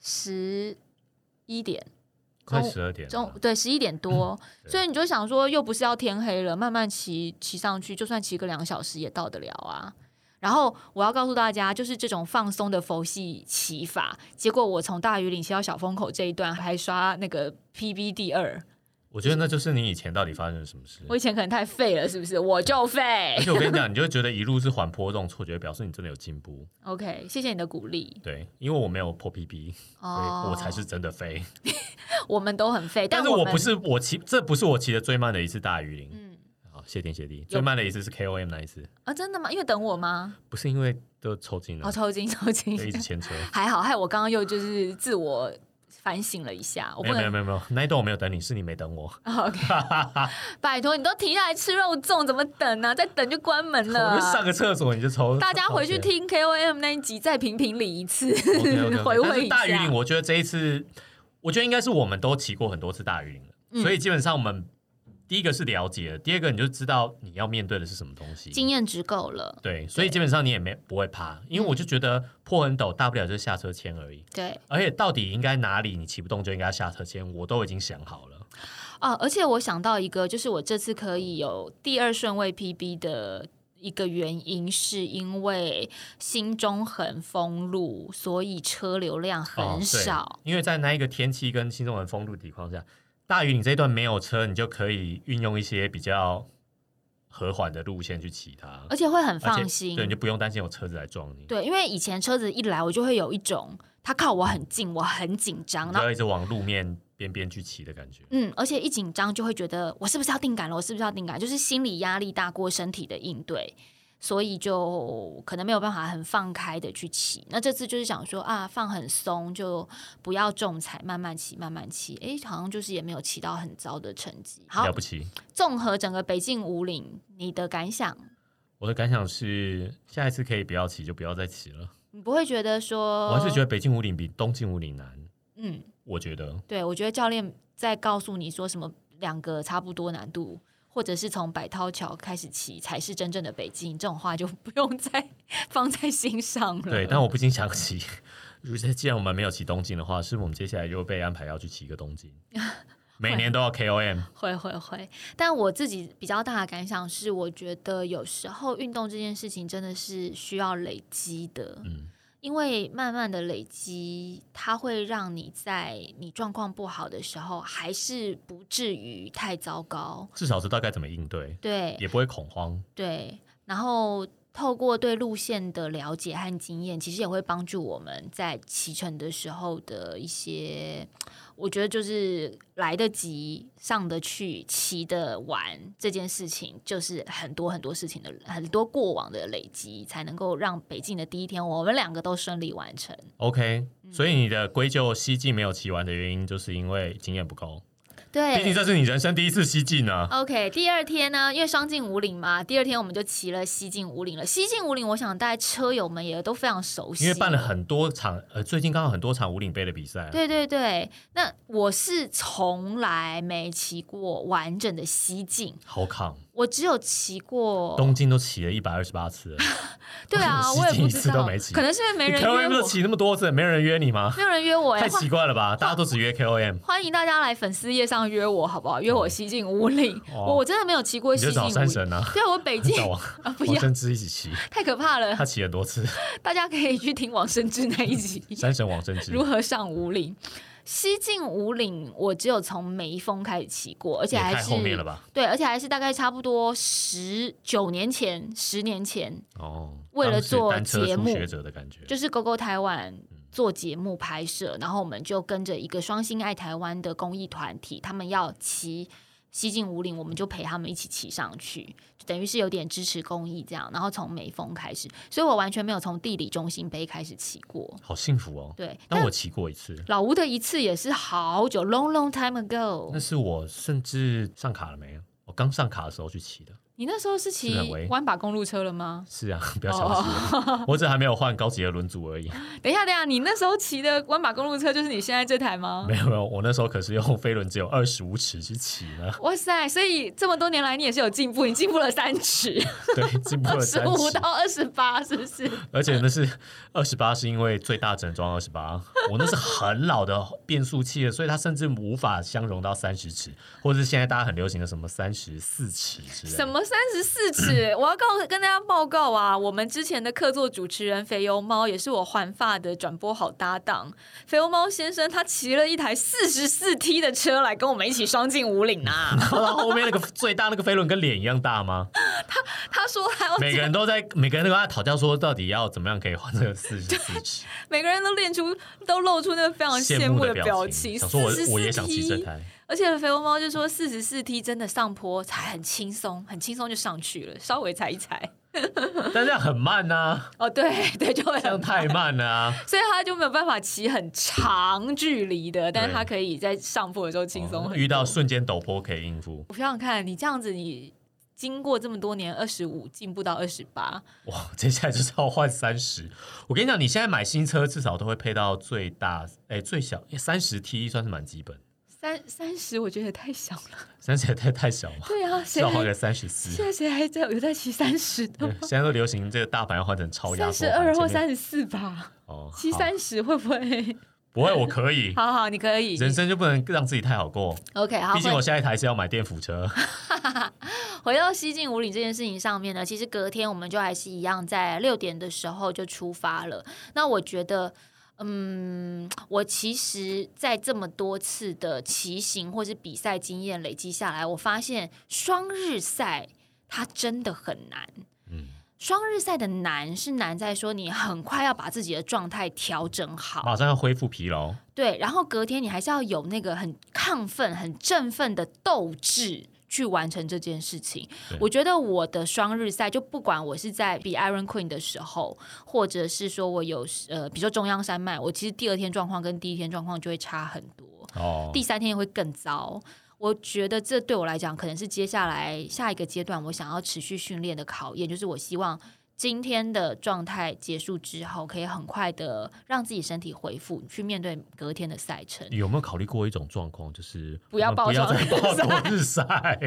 Speaker 1: 十一点，
Speaker 2: 快
Speaker 1: 中
Speaker 2: 十二点
Speaker 1: 中
Speaker 2: 了，
Speaker 1: 对十一点多，<laughs>
Speaker 2: 对
Speaker 1: 所以你就想说又不是要天黑了，慢慢骑骑上去，就算骑个两小时也到得了啊。然后我要告诉大家，就是这种放松的佛系骑法，结果我从大榆岭骑到小风口这一段还刷那个 PB 第二，
Speaker 2: 我觉得那就是你以前到底发生了什么事。
Speaker 1: 我以前可能太废了，是不是？我就废
Speaker 2: <laughs> 而。且我跟你讲，你就会觉得一路是缓坡这种错觉，表示你真的有进步。
Speaker 1: OK，谢谢你的鼓励。
Speaker 2: 对，因为我没有破 PB，所以
Speaker 1: 哦，
Speaker 2: 我才是真的飞。
Speaker 1: 我们都很废，
Speaker 2: 但是
Speaker 1: 我
Speaker 2: 我
Speaker 1: 们
Speaker 2: 不，是我骑，这不是我骑的最慢的一次大雨林。
Speaker 1: 嗯
Speaker 2: 好，谢天谢地，最慢的一次是 KOM 那一次，
Speaker 1: 啊，真的吗？因为等我吗？
Speaker 2: 不是因为都抽筋了
Speaker 1: 哦，，抽筋抽筋
Speaker 2: 就，一直牵车。
Speaker 1: <laughs>
Speaker 2: <laughs>
Speaker 1: 还好，害我刚刚又就是自我反省了一下，我
Speaker 2: 没有
Speaker 1: 不
Speaker 2: 没
Speaker 1: 能。
Speaker 2: 有没有没有，那一段我没有等你，是你没等我。
Speaker 1: OK，拜托，你都停下来吃肉粽，怎么等呢、再等就关门
Speaker 2: <laughs> 我
Speaker 1: 了
Speaker 2: 就。上个厕所你就抽。
Speaker 1: 啊 <laughs> 大家回去听 KOM 那一集，再评评理一次
Speaker 2: OK，OK，OK
Speaker 1: <laughs> 回
Speaker 2: 但
Speaker 1: 味
Speaker 2: 是
Speaker 1: 一
Speaker 2: 大雨林，
Speaker 1: 下。
Speaker 2: 我觉得这一次，我觉得应该是我们都骑过很多次大雨林了，
Speaker 1: 嗯
Speaker 2: 所以基本上我们第一个是了解了，第二个你就知道你要面对的是什么东西。
Speaker 1: 经验值够了，
Speaker 2: 对，所以基本上你也没不会怕，因为我就觉得破很陡，大不了就是下车签而已。
Speaker 1: 对
Speaker 2: 而且到底应该哪里你骑不动就应该下车签，我都已经想好了。
Speaker 1: 哦。而且我想到一个，就是我这次可以有第二顺位 PB 的一个原因，是因为新中横封路，所以车流量
Speaker 2: 哦
Speaker 1: 很
Speaker 2: 对
Speaker 1: 少。
Speaker 2: 因为在那一个天气跟新中文封路的情况下，大于你这一段没有车，你就可以运用一些比较和缓的路线去骑它，
Speaker 1: 而且会很
Speaker 2: 而且
Speaker 1: 放心，
Speaker 2: 对，你就不用担心有车子来撞你，
Speaker 1: 对，因为以前车子一来，我就会有一种它靠我很近，我很紧张，
Speaker 2: 你
Speaker 1: 然
Speaker 2: 就
Speaker 1: 后
Speaker 2: 要一直往路面边边去骑的感觉。
Speaker 1: 嗯，而且一紧张就会觉得我是不是要定感了，我是不是要定感，就是心理压力大过身体的应对，所以就可能没有办法很放开的去骑。那这次就是想说啊，放很松，就不要重踩，慢慢骑，慢慢骑。诶，好像就是也没有骑到很糟的成绩。好
Speaker 2: 了，不起！
Speaker 1: 综合整个北境五岭，你的感想，
Speaker 2: 我的感想是，下一次可以不要骑就不要再骑了。
Speaker 1: 你不会觉得说，
Speaker 2: 我还是觉得北京五岭比东京五岭难，
Speaker 1: 哦嗯。
Speaker 2: 我觉得。
Speaker 1: 对，我觉得教练在告诉你说什么两个差不多难度，或者是从百韬桥开始骑才是真正的北京，这种话就不用再 <laughs> 放在心上 <laughs> 了。
Speaker 2: 对，但我不禁想起，如果既然我们没有骑东京的话，是不是我们接下来就被安排要去骑一个
Speaker 1: <laughs>
Speaker 2: 东京？每年都要 KOM，
Speaker 1: 会会会，但我自己比较大的感想是，我觉得有时候运动这件事情真的是需要累积的，
Speaker 2: 嗯，
Speaker 1: 因为慢慢的累积，它会让你在你状况不好的时候，还是不至于太糟糕。
Speaker 2: 至少知道该怎么应对，
Speaker 1: 对，
Speaker 2: 也不会恐慌。
Speaker 1: 对，然后透过对路线的了解和经验，其实也会帮助我们在骑乘的时候的一些，我觉得就是来得及、上得去、骑得完这件事情，就是很多很多事情的很多过往的累积，才能够让北京的第一天我们两个都顺利完成。
Speaker 2: OK，所以你的归咎西季没有骑完的原因，就是因为经验不够。毕竟
Speaker 1: 对。哦
Speaker 2: 这是你人生第一次啊西季呢。
Speaker 1: OK，第二天呢，因为双进五岭嘛，第二天我们就骑了西进五岭了。西进五岭，我想大家车友们也都非常熟悉，
Speaker 2: 因为办了很多场，呃，最近刚好很多场五岭杯的比赛，啊
Speaker 1: 对对对，那我是从来没骑过完整的西进，
Speaker 2: 好扛，
Speaker 1: 我只有骑过。
Speaker 2: 东京都骑了一百二十八次了，
Speaker 1: 对啊，
Speaker 2: 为什么
Speaker 1: 我也不
Speaker 2: 西进一
Speaker 1: 知
Speaker 2: 次都
Speaker 1: 道
Speaker 2: 没骑，
Speaker 1: 可能是因为没人
Speaker 2: KOM
Speaker 1: 约
Speaker 2: 都
Speaker 1: 我，
Speaker 2: 骑那么多次，没人约你吗？
Speaker 1: 没有人约我哎、
Speaker 2: 太
Speaker 1: 欢
Speaker 2: 奇怪了吧！大家都只约 KOM，
Speaker 1: 欢迎大家来粉丝页上约我好不好？约我西进五岭，
Speaker 2: 哦
Speaker 1: 我我真的没有骑过
Speaker 2: 你
Speaker 1: 西
Speaker 2: 就
Speaker 1: 进
Speaker 2: 找
Speaker 1: 五
Speaker 2: 山
Speaker 1: 岭。
Speaker 2: 神啊，
Speaker 1: 对，我北京
Speaker 2: 找王
Speaker 1: 啊， <laughs> 不
Speaker 2: 王
Speaker 1: 要
Speaker 2: 生之一起骑，
Speaker 1: 太可怕了，
Speaker 2: 他骑很多次，
Speaker 1: 大家可以去听王生之那一集。
Speaker 2: 山神王生
Speaker 1: <laughs>
Speaker 2: 之
Speaker 1: 如何上五岭？西进五岭，我只有从眉峰开始骑过，而且
Speaker 2: 也
Speaker 1: 还
Speaker 2: 太
Speaker 1: 是
Speaker 2: 后面了吧？
Speaker 1: 对，而且还是大概差不多十九年前、十年前，
Speaker 2: 哦，
Speaker 1: 为了做
Speaker 2: 当时单车
Speaker 1: 节目
Speaker 2: 初学者的感觉，
Speaker 1: 就是 GoGo 台湾做节目拍摄，然后我们就跟着一个双星爱台湾的公益团体，他们要骑西进五岭，我们就陪他们一起骑上去，就等于是有点支持公益这样。然后从眉峰开始，所以我完全没有从地理中心碑开始骑过。
Speaker 2: 好幸福哦。
Speaker 1: 对，
Speaker 2: 但
Speaker 1: 但
Speaker 2: 我骑过一次，
Speaker 1: 老吴的一次也是好久，long long time
Speaker 2: 那
Speaker 1: ago。
Speaker 2: 是我甚至上卡了没有？我刚上卡的时候去骑的。
Speaker 1: 你那时候是骑
Speaker 2: 是很微
Speaker 1: 弯把公路车了吗？
Speaker 2: 是啊， <laughs> 不要小气，
Speaker 1: 哦
Speaker 2: 我只还没有换高级的轮组
Speaker 1: <laughs>
Speaker 2: 而已。
Speaker 1: 等一下，等一下，你那时候骑的弯把公路车就是你现在这台吗？
Speaker 2: 没有没有，我那时候可是用飞轮只有二十五尺去骑呢， <laughs>
Speaker 1: 哇塞！所以这么多年来，你也是有进步，你进步了三
Speaker 2: <laughs>
Speaker 1: 尺，
Speaker 2: 对，进步
Speaker 1: 二
Speaker 2: 了
Speaker 1: 十
Speaker 2: 三
Speaker 1: 五
Speaker 2: 尺。
Speaker 1: 到二十八，是不
Speaker 2: <laughs>
Speaker 1: 是？
Speaker 2: 而且那是二十八，是因为最大只能装二十八。我那是很老的变速器了，所以它甚至无法相容到三十尺，或者是现在大家很流行的什么三十四尺之类的。
Speaker 1: 什么三十四
Speaker 2: <laughs>
Speaker 1: 尺，我要告跟大家报告啊，我们之前的客座主持人肥油猫也是我环发的转播好搭档，肥油猫先生他骑了一台四十四 T 的车来跟我们一起双进五岭啊。
Speaker 2: <laughs> 然后后面那个最大那个飞轮跟脸一样
Speaker 1: <laughs>
Speaker 2: 大吗？
Speaker 1: 他说他要
Speaker 2: 每个人都在，每个人都在讨教说，到底要怎么样可以换这个四十四尺？
Speaker 1: 每个人都练出都露出那个非常羡
Speaker 2: 羡
Speaker 1: 慕
Speaker 2: 慕
Speaker 1: 的
Speaker 2: 的
Speaker 1: 表
Speaker 2: 表
Speaker 1: 情，
Speaker 2: 情，想说我
Speaker 1: 44
Speaker 2: 我也想骑这
Speaker 1: T
Speaker 2: 台。
Speaker 1: 而且肥油猫就说四十四 T 真的上坡才很轻松，很轻松就上去了，稍微踩一 <laughs> 踩。
Speaker 2: 但这样很慢呐、
Speaker 1: 哦，对 <laughs> 对，就会
Speaker 2: 这样
Speaker 1: 很
Speaker 2: 太慢了啊、
Speaker 1: 所以他就没有办法骑很长距离的，但是
Speaker 2: 对
Speaker 1: 他可以在上坡的时候 <laughs> 轻松
Speaker 2: 哦
Speaker 1: 很多、
Speaker 2: 遇到瞬间陡坡可以应付，
Speaker 1: 我想想看，你这样子，你经过这么多年，二十五进步到二十八，
Speaker 2: 哇！ <laughs> 接下来就是要换三十。我跟你讲，你现在买新车至少都会配到最大，哎、最小三十 T 算是蛮基本，
Speaker 1: 三三十我觉得也太小了。
Speaker 2: 三十也 <laughs> 太太小了，
Speaker 1: 对 <laughs> 啊，谁
Speaker 2: 要换
Speaker 1: 还
Speaker 2: 个三十
Speaker 1: 现
Speaker 2: 四。
Speaker 1: 在谁还在有在骑三十的
Speaker 2: 对
Speaker 1: 吗？
Speaker 2: 现在都流行这个大盘要换成超压
Speaker 1: 三
Speaker 2: 缩
Speaker 1: 十
Speaker 2: 盘，
Speaker 1: 二或
Speaker 2: 前面
Speaker 1: 三十四吧，
Speaker 2: 哦，
Speaker 1: 骑
Speaker 2: 好
Speaker 1: 三十会不会？
Speaker 2: 不会，我可以。
Speaker 1: 好好，你可以。
Speaker 2: 人生就不能让自己太好过，
Speaker 1: OK，好，
Speaker 2: 毕竟
Speaker 1: 回
Speaker 2: 我下一台是要买电扶车。
Speaker 1: 回到西进五岭这件事情上面呢，其实隔天我们就还是一样，在六点的时候就出发了。那我觉得。嗯，我其实，在这么多次的骑行或是比赛经验累积下来，我发现双日赛它真的很难。
Speaker 2: 嗯，
Speaker 1: 双日赛的难是难在说你很快要把自己的状态调整好，
Speaker 2: 马上要恢复疲劳，
Speaker 1: 对，然后隔天你还是要有那个很亢奋、很振奋的斗志。去完成这件事情
Speaker 2: 对，
Speaker 1: 我觉得我的双日赛就不管我是在比 Iron Queen 的时候，或者是说我有呃，比如说中央山脉，我其实第二天状况跟第一天状况就会差很多。
Speaker 2: 哦，
Speaker 1: 第三天会更糟。我觉得这对我来讲，可能是接下来下一个阶段我想要持续训练的考验，就是我希望今天的状态结束之后，可以很快的让自己身体恢复，去面对隔天的赛程。
Speaker 2: 有没有考虑过一种状况，就是
Speaker 1: 不要
Speaker 2: 我们不要
Speaker 1: 报
Speaker 2: 再报多日赛？ <laughs>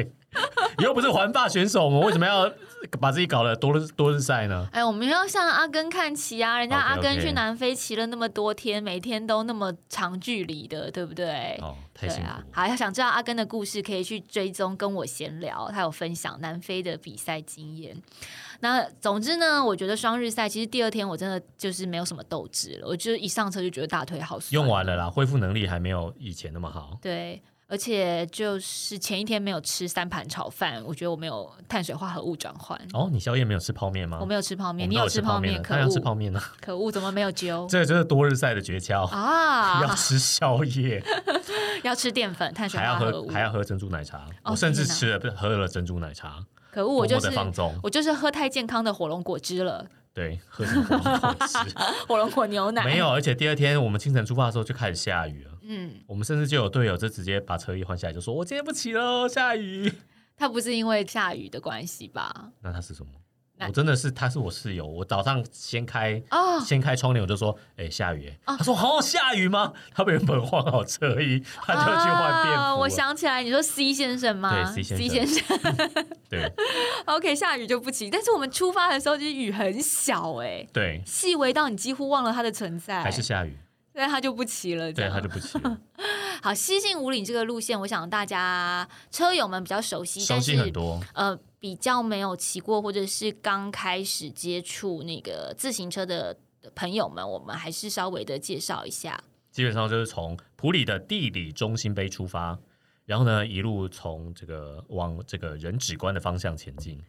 Speaker 2: 你又不是环法选手，我们为什么要把自己搞得多日多日赛呢？
Speaker 1: 哎，我们要向阿根看齐啊！人家阿
Speaker 2: OK，OK
Speaker 1: 根去南非骑了那么多天，每天都那么长距离的，对不对？
Speaker 2: 哦，太
Speaker 1: 对
Speaker 2: 辛苦
Speaker 1: 啊
Speaker 2: 了，。
Speaker 1: 好，要想知道阿根的故事，可以去追踪跟我闲聊，他有分享南非的比赛经验。那总之呢，我觉得双日赛其实第二天我真的就是没有什么斗志了，我就是一上车就觉得大腿好酸，
Speaker 2: 用完了。啦，恢复能力还没有以前那么好。
Speaker 1: 对，而且就是前一天没有吃三盘炒饭，我觉得我没有碳水化合物转换。
Speaker 2: 哦，你宵夜没有吃泡面吗？
Speaker 1: 我没有吃泡面，
Speaker 2: 我们
Speaker 1: 你
Speaker 2: 都有
Speaker 1: 吃
Speaker 2: 吃
Speaker 1: 泡
Speaker 2: 面的，
Speaker 1: 可
Speaker 2: 当然
Speaker 1: 恶
Speaker 2: 要，吃泡面了。
Speaker 1: <laughs> 可恶，怎么没有揪
Speaker 2: 这个就是多日赛的诀窍，要
Speaker 1: 啊？
Speaker 2: 吃宵夜，
Speaker 1: <laughs> 要吃淀粉、碳水
Speaker 2: 还要
Speaker 1: 化合
Speaker 2: 喝
Speaker 1: 物，
Speaker 2: 还要喝珍珠奶茶。
Speaker 1: 哦
Speaker 2: 我甚至
Speaker 1: 天哪
Speaker 2: 吃了不是喝了珍珠奶茶，
Speaker 1: 可恶，
Speaker 2: 默
Speaker 1: 我就
Speaker 2: 默
Speaker 1: 是
Speaker 2: 的放纵。
Speaker 1: 我就是喝太健康的火龙果汁了，
Speaker 2: 对，喝什么我都吃。
Speaker 1: 火龙果牛 <laughs> 奶
Speaker 2: 没有，而且第二天我们清晨出发的时候就开始下雨了。
Speaker 1: 嗯，
Speaker 2: 我们甚至就有队友就直接把车一换下来，就说：“我今天不骑喽，下雨。
Speaker 1: 他不是因为下雨的关系吧”？
Speaker 2: 那他是什么？
Speaker 1: 那
Speaker 2: 我真的是，他是我室友。我早上先开
Speaker 1: 啊、
Speaker 2: 先开窗帘，我就说：“哎、下雨耶。
Speaker 1: 啊
Speaker 2: 他说：“好、下雨吗？”他原本换好车衣，他就去换便服了、
Speaker 1: 啊。我想起来，你说 C 先生吗
Speaker 2: 对，C 先生
Speaker 1: 生 <laughs>
Speaker 2: 对
Speaker 1: OK，下雨就不骑，但是我们出发的时候就是雨很小、哎， <laughs>
Speaker 2: 对，
Speaker 1: 细微到你几乎忘了它的存在，
Speaker 2: 还是下雨，
Speaker 1: 但他就不骑了。这
Speaker 2: 对，
Speaker 1: 样
Speaker 2: 他就不骑
Speaker 1: <laughs>
Speaker 2: 了。
Speaker 1: 好，西进五岭这个路线，我想大家车友们比较熟悉，
Speaker 2: 熟悉
Speaker 1: 但是
Speaker 2: 很多，
Speaker 1: 呃比较没有骑过，或者是刚开始接触那个自行车的朋友们，我们还是稍微的介绍一下。
Speaker 2: 基本上就是从普里的地理中心碑出发，然后呢一路从这个往这个人指关的方向前进。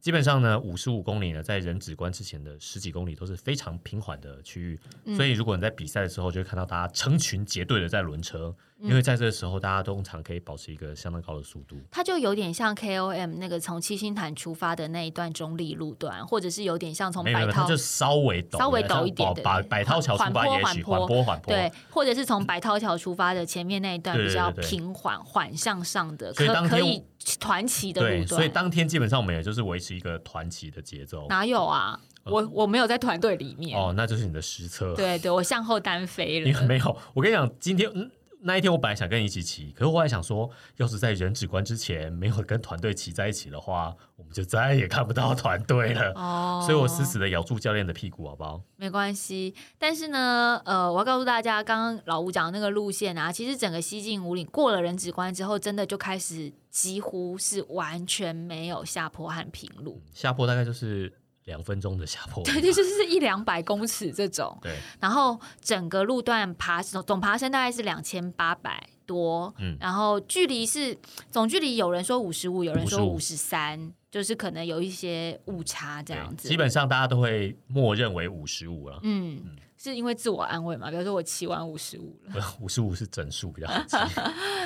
Speaker 2: 基本上呢，五十五公里呢，在人指关之前的十几公里都是非常平缓的区域，
Speaker 1: 嗯
Speaker 2: 所以如果你在比赛的时候，就会看到大家成群结队的在轮车，
Speaker 1: 嗯
Speaker 2: 因为在这个时候，大家通常可以保持一个相当高的速度。
Speaker 1: 它就有点像 KOM 那个从七星潭出发的那一段中立路段，或者是有点像从
Speaker 2: 没有没
Speaker 1: 百
Speaker 2: 有，它
Speaker 1: 涛
Speaker 2: 就稍微陡，
Speaker 1: 稍微陡一点
Speaker 2: 像
Speaker 1: 对
Speaker 2: 百百涛桥出
Speaker 1: 缓
Speaker 2: 发，
Speaker 1: 坡
Speaker 2: 也
Speaker 1: 缓
Speaker 2: 许
Speaker 1: 坡
Speaker 2: 缓坡缓坡。
Speaker 1: 对，或者是从百涛桥出发的前面那一段
Speaker 2: 对对
Speaker 1: 比较
Speaker 2: 对对
Speaker 1: 平缓缓向上的，
Speaker 2: 所以
Speaker 1: 可
Speaker 2: 当
Speaker 1: 可
Speaker 2: 天
Speaker 1: 以团骑的
Speaker 2: 对，
Speaker 1: 路
Speaker 2: 所以
Speaker 1: 段。
Speaker 2: 当天基本上我们也就是维持一个团骑的节奏。
Speaker 1: 哪有啊？
Speaker 2: 呃
Speaker 1: 我我没有在团队里面。
Speaker 2: 哦，那就是你的实测。
Speaker 1: 对对，我向后单飞
Speaker 2: 哦因为
Speaker 1: 了。
Speaker 2: 没有，我跟你讲，今天嗯那一天我本来想跟你一起骑，可是我还想说，要是在人指关之前没有跟团队骑在一起的话，我们就再也看不到团队了。
Speaker 1: 哦，
Speaker 2: 所以我死死的咬住教练的屁股，好不好？
Speaker 1: 没关系，但是呢，呃，我要告诉大家，刚刚老吴讲的那个路线啊，其实整个西进五岭过了人指关之后，真的就开始几乎是完全没有下坡和平路， <laughs>
Speaker 2: 下坡大概就是两分钟的下坡，
Speaker 1: 对，就就是一两百公尺这种。
Speaker 2: 对，
Speaker 1: 然后整个路段爬总总爬升大概是两千八百多，
Speaker 2: 嗯
Speaker 1: 然后距离是总距离，有人说五十五，有人说
Speaker 2: 55
Speaker 1: 五十三，就是可能有一些误差这样
Speaker 2: 对啊
Speaker 1: 子。
Speaker 2: 基本上大家都会默认为五十
Speaker 1: <laughs>
Speaker 2: 五了，
Speaker 1: 嗯，是因为自我安慰嘛，比如说我骑完五十五了，
Speaker 2: 五十五是整数比较
Speaker 1: <laughs>
Speaker 2: 好记。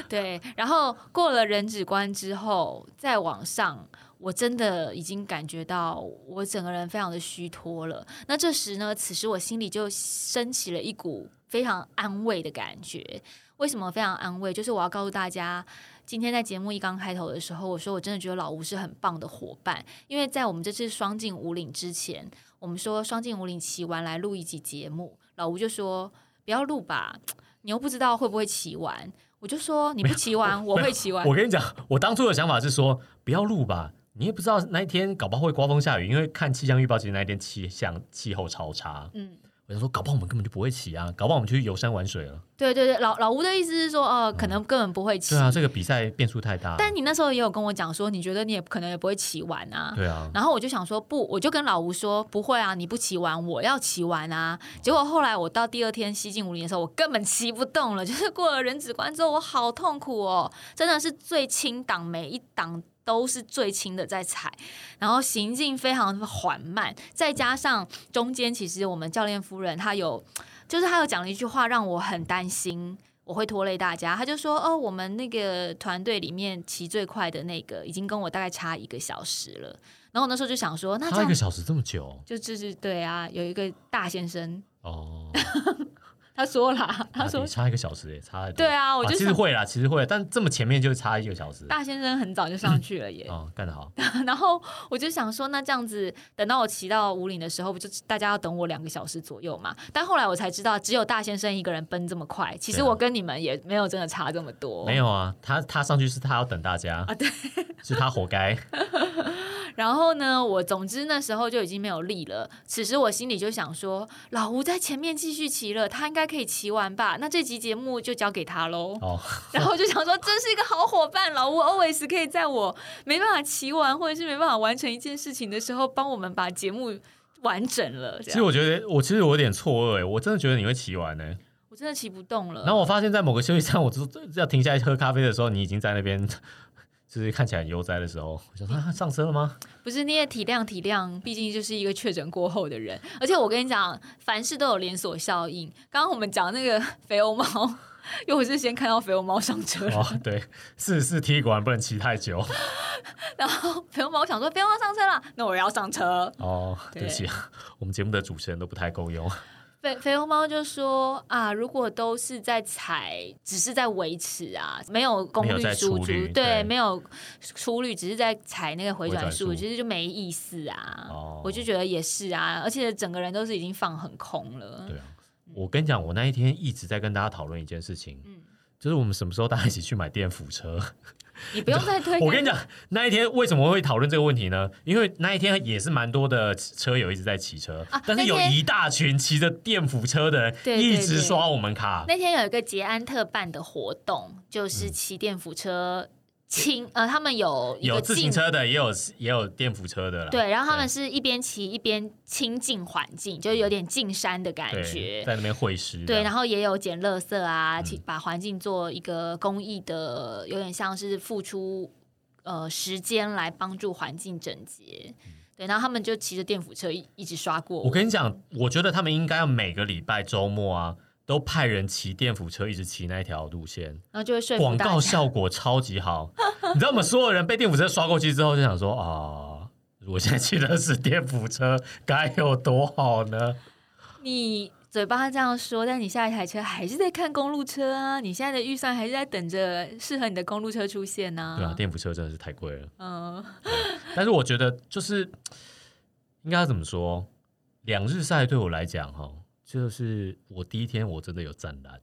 Speaker 1: 对，然后过了人指关之后，再往上，我真的已经感觉到我整个人非常的虚脱了。那这时呢，此时我心里就升起了一股非常安慰的感觉。为什么非常安慰？就是我要告诉大家，今天在节目一刚开头的时候，我说我真的觉得老吴是很棒的伙伴，因为在我们这次双进五岭之前，我们说双进五岭骑完来录一集节目，老吴就说不要录吧，你又不知道会不会骑完。我就说你不骑完，我会骑完。
Speaker 2: 我跟你讲，我当初的想法是说，不要录吧，你也不知道那一天搞不好会刮风下雨，因为看气象预报，其实那一天气象气候超差。
Speaker 1: 嗯，
Speaker 2: 我想说，搞不好我们根本就不会骑啊，搞不好我们去游山玩水了。
Speaker 1: 对对对，老老吴的意思是说，呃，可能根本不会骑。
Speaker 2: 对啊，这个比赛变数太大。
Speaker 1: 但你那时候也有跟我讲说，你觉得你也可能也不会骑完啊。
Speaker 2: 对啊，
Speaker 1: 然后我就想说不，我就跟老吴说不会啊，你不骑完，我要骑完啊。结果后来我到第二天西进五岭的时候，我根本骑不动了， <laughs> 就是过了人指关之后，我好痛苦哦，真的是最轻档，每一档都是最轻的在踩，然后行进非常缓慢，再加上中间其实我们教练夫人她有，就是她有讲了一句话让我很担心。我会拖累大家，她就说：“哦，我们那个团队里面骑最快的那个，已经跟我大概差一个小时了。”然后我那时候就想说，那这
Speaker 2: 差一
Speaker 1: 样
Speaker 2: 个小时这么久
Speaker 1: 就就是对啊，有一个大先生
Speaker 2: 哦，
Speaker 1: 他说啦， <laughs> 他说
Speaker 2: 你差一个小时也差得多
Speaker 1: 对啊，我就
Speaker 2: 其实
Speaker 1: 想、
Speaker 2: 会啦，其实会，但这么前面就差一个小时。
Speaker 1: 大先生很早就上去了耶，
Speaker 2: 哦，干得好！
Speaker 1: 然后我就想说，那这样子等到我骑到五岭的时候，不就大家要等我两个小时左右嘛？但后来我才知道，只有大先生一个人奔这么快，其实
Speaker 2: 对啊
Speaker 1: 我跟你们也没有真的差这么多，
Speaker 2: 没有啊，他他上去是他要等大家啊，对，是他活
Speaker 1: <laughs>
Speaker 2: 该。
Speaker 1: 然后呢，我总之那时候就已经没有力了。此时我心里就想说，老吴在前面继续骑了，他应该可以骑完吧？那这集节目就交给他喽。
Speaker 2: 哦，
Speaker 1: 然后我就想说，真是一个好伙伴，老吴 always 可以在我没办法骑完或者是没办法完成一件事情的时候，帮我们把节目完整了。
Speaker 2: 其
Speaker 1: 这
Speaker 2: 实
Speaker 1: 样，
Speaker 2: 我觉得，我其实我有点错愕哎，我真的觉得你会骑完呢、
Speaker 1: 我真的骑不动了。
Speaker 2: 然后我发现，在某个休息站，我就要停下来喝咖啡的时候，你已经在那边， <laughs> 就是看起来很悠哉的时候，我想说、啊、上车了吗？
Speaker 1: 不是，你也体谅体谅，毕竟就是一个确诊过后的人。而且我跟你讲，凡事都有连锁效应。刚刚我们讲那个肥欧猫，因为我是先看到肥欧猫上车了，
Speaker 2: <laughs> 哦，对，四十四 T 果然不能骑太久。
Speaker 1: 然后肥欧猫想说肥欧猫上车了，那我也要上车。
Speaker 2: 哦，
Speaker 1: 对
Speaker 2: 对不起，我们节目的主持人都不太够用。
Speaker 1: 肥肥欧猫就说啊，如果都是在踩，只是在维持啊，没有功
Speaker 2: 没有
Speaker 1: 率
Speaker 2: 在
Speaker 1: 输
Speaker 2: 出
Speaker 1: 出
Speaker 2: 率，
Speaker 1: 对，
Speaker 2: 对
Speaker 1: 没有出率，只是在踩那个回转
Speaker 2: 回转
Speaker 1: 数，
Speaker 2: 数
Speaker 1: 其实就没意思啊。
Speaker 2: 哦
Speaker 1: 我就觉得也是啊，而且整个人都是已经放很空了。
Speaker 2: 对啊，我跟你讲，我那一天一直在跟大家讨论一件事情，
Speaker 1: 嗯
Speaker 2: 就是我们什么时候大家一起去买电扶车。
Speaker 1: 你不用再推
Speaker 2: 我跟你讲，那一天为什么会讨论这个问题呢？因为那一天也是蛮多的车友一直在骑车，
Speaker 1: 啊
Speaker 2: 但是有
Speaker 1: 那天
Speaker 2: 一大群骑着电扶车的人
Speaker 1: 对对
Speaker 2: 一直刷我们卡。
Speaker 1: 那天有一个捷安特办的活动，
Speaker 2: 嗯
Speaker 1: 就是骑电扶车亲，呃，他们有一个
Speaker 2: 有自行
Speaker 1: 进。
Speaker 2: 车的，也有也有电扶车的啦。
Speaker 1: 对，然后他们是一边骑一边亲近环境，就是有点进山的感
Speaker 2: 对
Speaker 1: 觉。
Speaker 2: 在那边会师。
Speaker 1: 对，然
Speaker 2: 后
Speaker 1: 后也有捡垃圾啊，
Speaker 2: 嗯
Speaker 1: 去把环境做一个公益的，有点像是付出呃时间来帮助环境整洁。对，然后他们就骑着电扶车一一直刷过
Speaker 2: 嗯我
Speaker 1: 我。
Speaker 2: 跟你讲，我觉得他们应该要每个礼拜周末啊，都派人骑电扶车，一直骑那一条路线，
Speaker 1: 然后就会说服
Speaker 2: 广
Speaker 1: 大家，
Speaker 2: 告效果超级好。你知道我们所有人被电扶车刷过去之后，就想说啊。我现在骑的是电扶车，该有多好呢？
Speaker 1: 你嘴巴这样说，但你下一台车还是在看公路车啊，你现在的预算还是在等着适合你的公路车出现呢、
Speaker 2: 对啊，电扶车真的是太贵了。
Speaker 1: 嗯，
Speaker 2: 但是我觉得就是应该要怎么说，两日赛对我来讲哈，就是我第一天我真的有站难，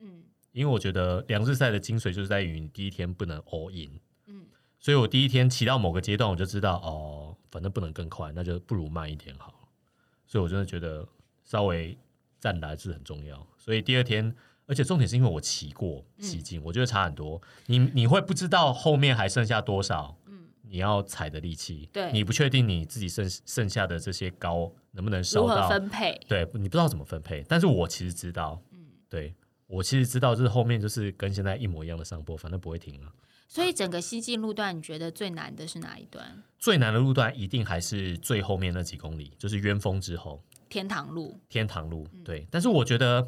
Speaker 1: 嗯，
Speaker 2: 因为我觉得两日赛的精髓就是在于你第一天不能 all in，
Speaker 1: 嗯
Speaker 2: 所以我第一天骑到某个阶段，我就知道哦，反正不能更快，那就不如慢一点好了。所以我真的觉得稍微站来是很重要。所以第二天，而且重点是因为我骑过
Speaker 1: 嗯
Speaker 2: 骑进，我觉得差很多。你你会不知道后面还剩下多少，
Speaker 1: 嗯，
Speaker 2: 你要踩的力气，
Speaker 1: 对
Speaker 2: 你不确定你自己剩剩下的这些高能不能
Speaker 1: 如
Speaker 2: 烧
Speaker 1: 何
Speaker 2: 到，
Speaker 1: 分配？
Speaker 2: 对，你不知道怎么分配。但是我其实知道，
Speaker 1: 嗯
Speaker 2: 对我其实知道，就是后面就是跟现在一模一样的上坡，反正不会停了。啊
Speaker 1: 所以整个西进路段，你觉得最难的是哪一段？
Speaker 2: 最难的路段一定还是最后面那几公里，就是冤峰之后
Speaker 1: 天堂路，
Speaker 2: 天堂路。
Speaker 1: 嗯
Speaker 2: 对，但是我觉得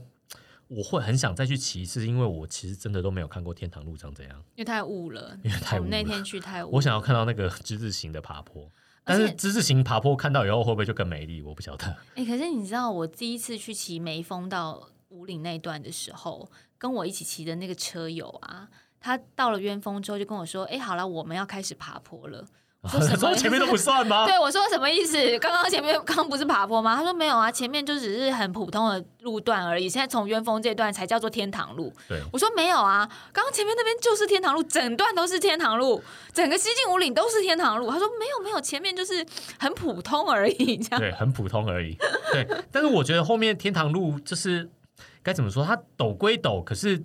Speaker 2: 我会很想再去骑一次，因为我其实真的都没有看过天堂路长怎样。
Speaker 1: 因为太雾了，
Speaker 2: 因为太
Speaker 1: 我们
Speaker 2: 雾
Speaker 1: 那
Speaker 2: 了
Speaker 1: 天去太雾，
Speaker 2: 我想要看到那个之字形的爬坡，
Speaker 1: 而
Speaker 2: 但
Speaker 1: 且
Speaker 2: 是之字形爬坡看到以后会不会就更美丽？我不晓得。
Speaker 1: 哎、可是你知道，我第一次去骑眉峰到五岭那一段的时候，跟我一起骑的那个车友啊，他到了鸢峰之后就跟我说：“哎、好了，我们要开始爬坡了。”我说什么
Speaker 2: <laughs> 说前面都不算吗？
Speaker 1: 对我说什么意思？ <laughs> 刚刚前面刚刚不是爬坡吗？他说没有啊，前面就只是很普通的路段而已。现在从鸢峰这段才叫做天堂路。
Speaker 2: 对
Speaker 1: 我说没有啊，刚刚前面那边就是天堂路，整段都是天堂路，整个西进五岭都是天堂路。他说没有没有，前面就是很普通而已，这
Speaker 2: <laughs>
Speaker 1: 样。
Speaker 2: 对，很普通而已。对，但是我觉得后面天堂路就是该怎么说，它陡归陡，可是、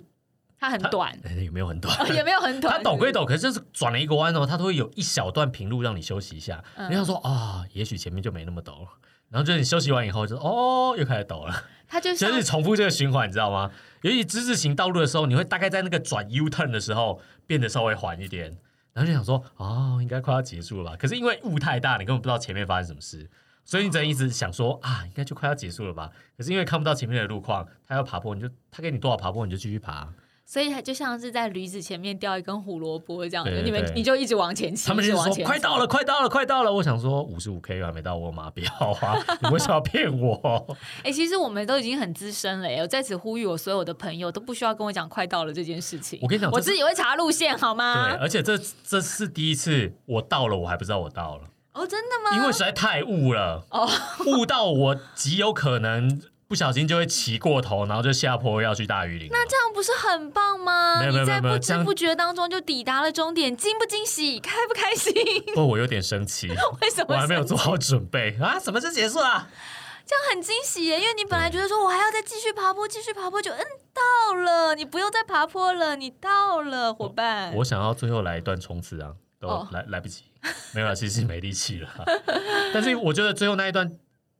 Speaker 1: 它很
Speaker 2: 它
Speaker 1: 短，
Speaker 2: 哎有没有很短？
Speaker 1: <laughs> 哦也没有很短。
Speaker 2: 它陡归陡，可是就是转了一个弯哦，它都会有一小段平路让你休息一下。
Speaker 1: 嗯
Speaker 2: 你想说啊、也许前面就没那么陡了，然后就是你休息完以后就，哦，又开始陡了，
Speaker 1: 它就
Speaker 2: 就
Speaker 1: 像
Speaker 2: 是重复这个循环，你知道吗？尤其之字形道路的时候，你会大概在那个转 U turn 的时候变得稍微缓一点，然后就想说，哦，应该快要结束了吧？可是因为雾太大，你根本不知道前面发生什么事。所以你只能一直想说啊，应该就快要结束了吧？可是因为看不到前面的路况，他要爬坡，你就他给你多少爬坡，你就继续爬。
Speaker 1: 所以它就像是在驴子前面掉一根胡萝卜这样，
Speaker 2: 对
Speaker 1: 你们
Speaker 2: 对
Speaker 1: 你就一直往前骑，
Speaker 2: 他们
Speaker 1: 一
Speaker 2: 就
Speaker 1: 直
Speaker 2: 是
Speaker 1: 往
Speaker 2: 说
Speaker 1: 前
Speaker 2: 快
Speaker 1: 骑
Speaker 2: 到了，快到了，快到了。我想说五十五 K 还没到，我妈不要啊！你为什么要骗我？ <laughs>
Speaker 1: 哎、其实我们都已经很资深了耶，我在此呼吁我所有的朋友都不需要跟我讲快到了这件事情。
Speaker 2: 我跟你讲
Speaker 1: 我
Speaker 2: 这是
Speaker 1: 自己啊会查路线好
Speaker 2: 对，啊
Speaker 1: 吗？
Speaker 2: 而且这这是第一次我到了，我还不知道我到了，
Speaker 1: 哦，真的吗？
Speaker 2: 因为实在太雾了，
Speaker 1: 哦
Speaker 2: 雾到我极有可能不小心就会骑过头，然后就下坡要去大榆林了。
Speaker 1: 那这样不是很棒吗？
Speaker 2: 没有没有
Speaker 1: 你在
Speaker 2: 没有没
Speaker 1: 不
Speaker 2: 有这
Speaker 1: 知
Speaker 2: 样
Speaker 1: 不觉当中就抵达了终点，惊不惊喜，开不开心？ <laughs>
Speaker 2: 不过我有点生气，
Speaker 1: 为什么
Speaker 2: 我还没有
Speaker 1: 生
Speaker 2: 做好准备啊！什么是结束
Speaker 1: <laughs>
Speaker 2: 啊？
Speaker 1: 这样很惊喜耶，因为你本来觉得说我还要再继续爬坡，继续爬坡，就嗯到了，你不用再爬坡了，你到了，伙伴。
Speaker 2: 我想要最后来一段冲刺啊，都
Speaker 1: 哦
Speaker 2: 来、来不及，没有了，其实没力气了。 <laughs> 但是我觉得最后那一段，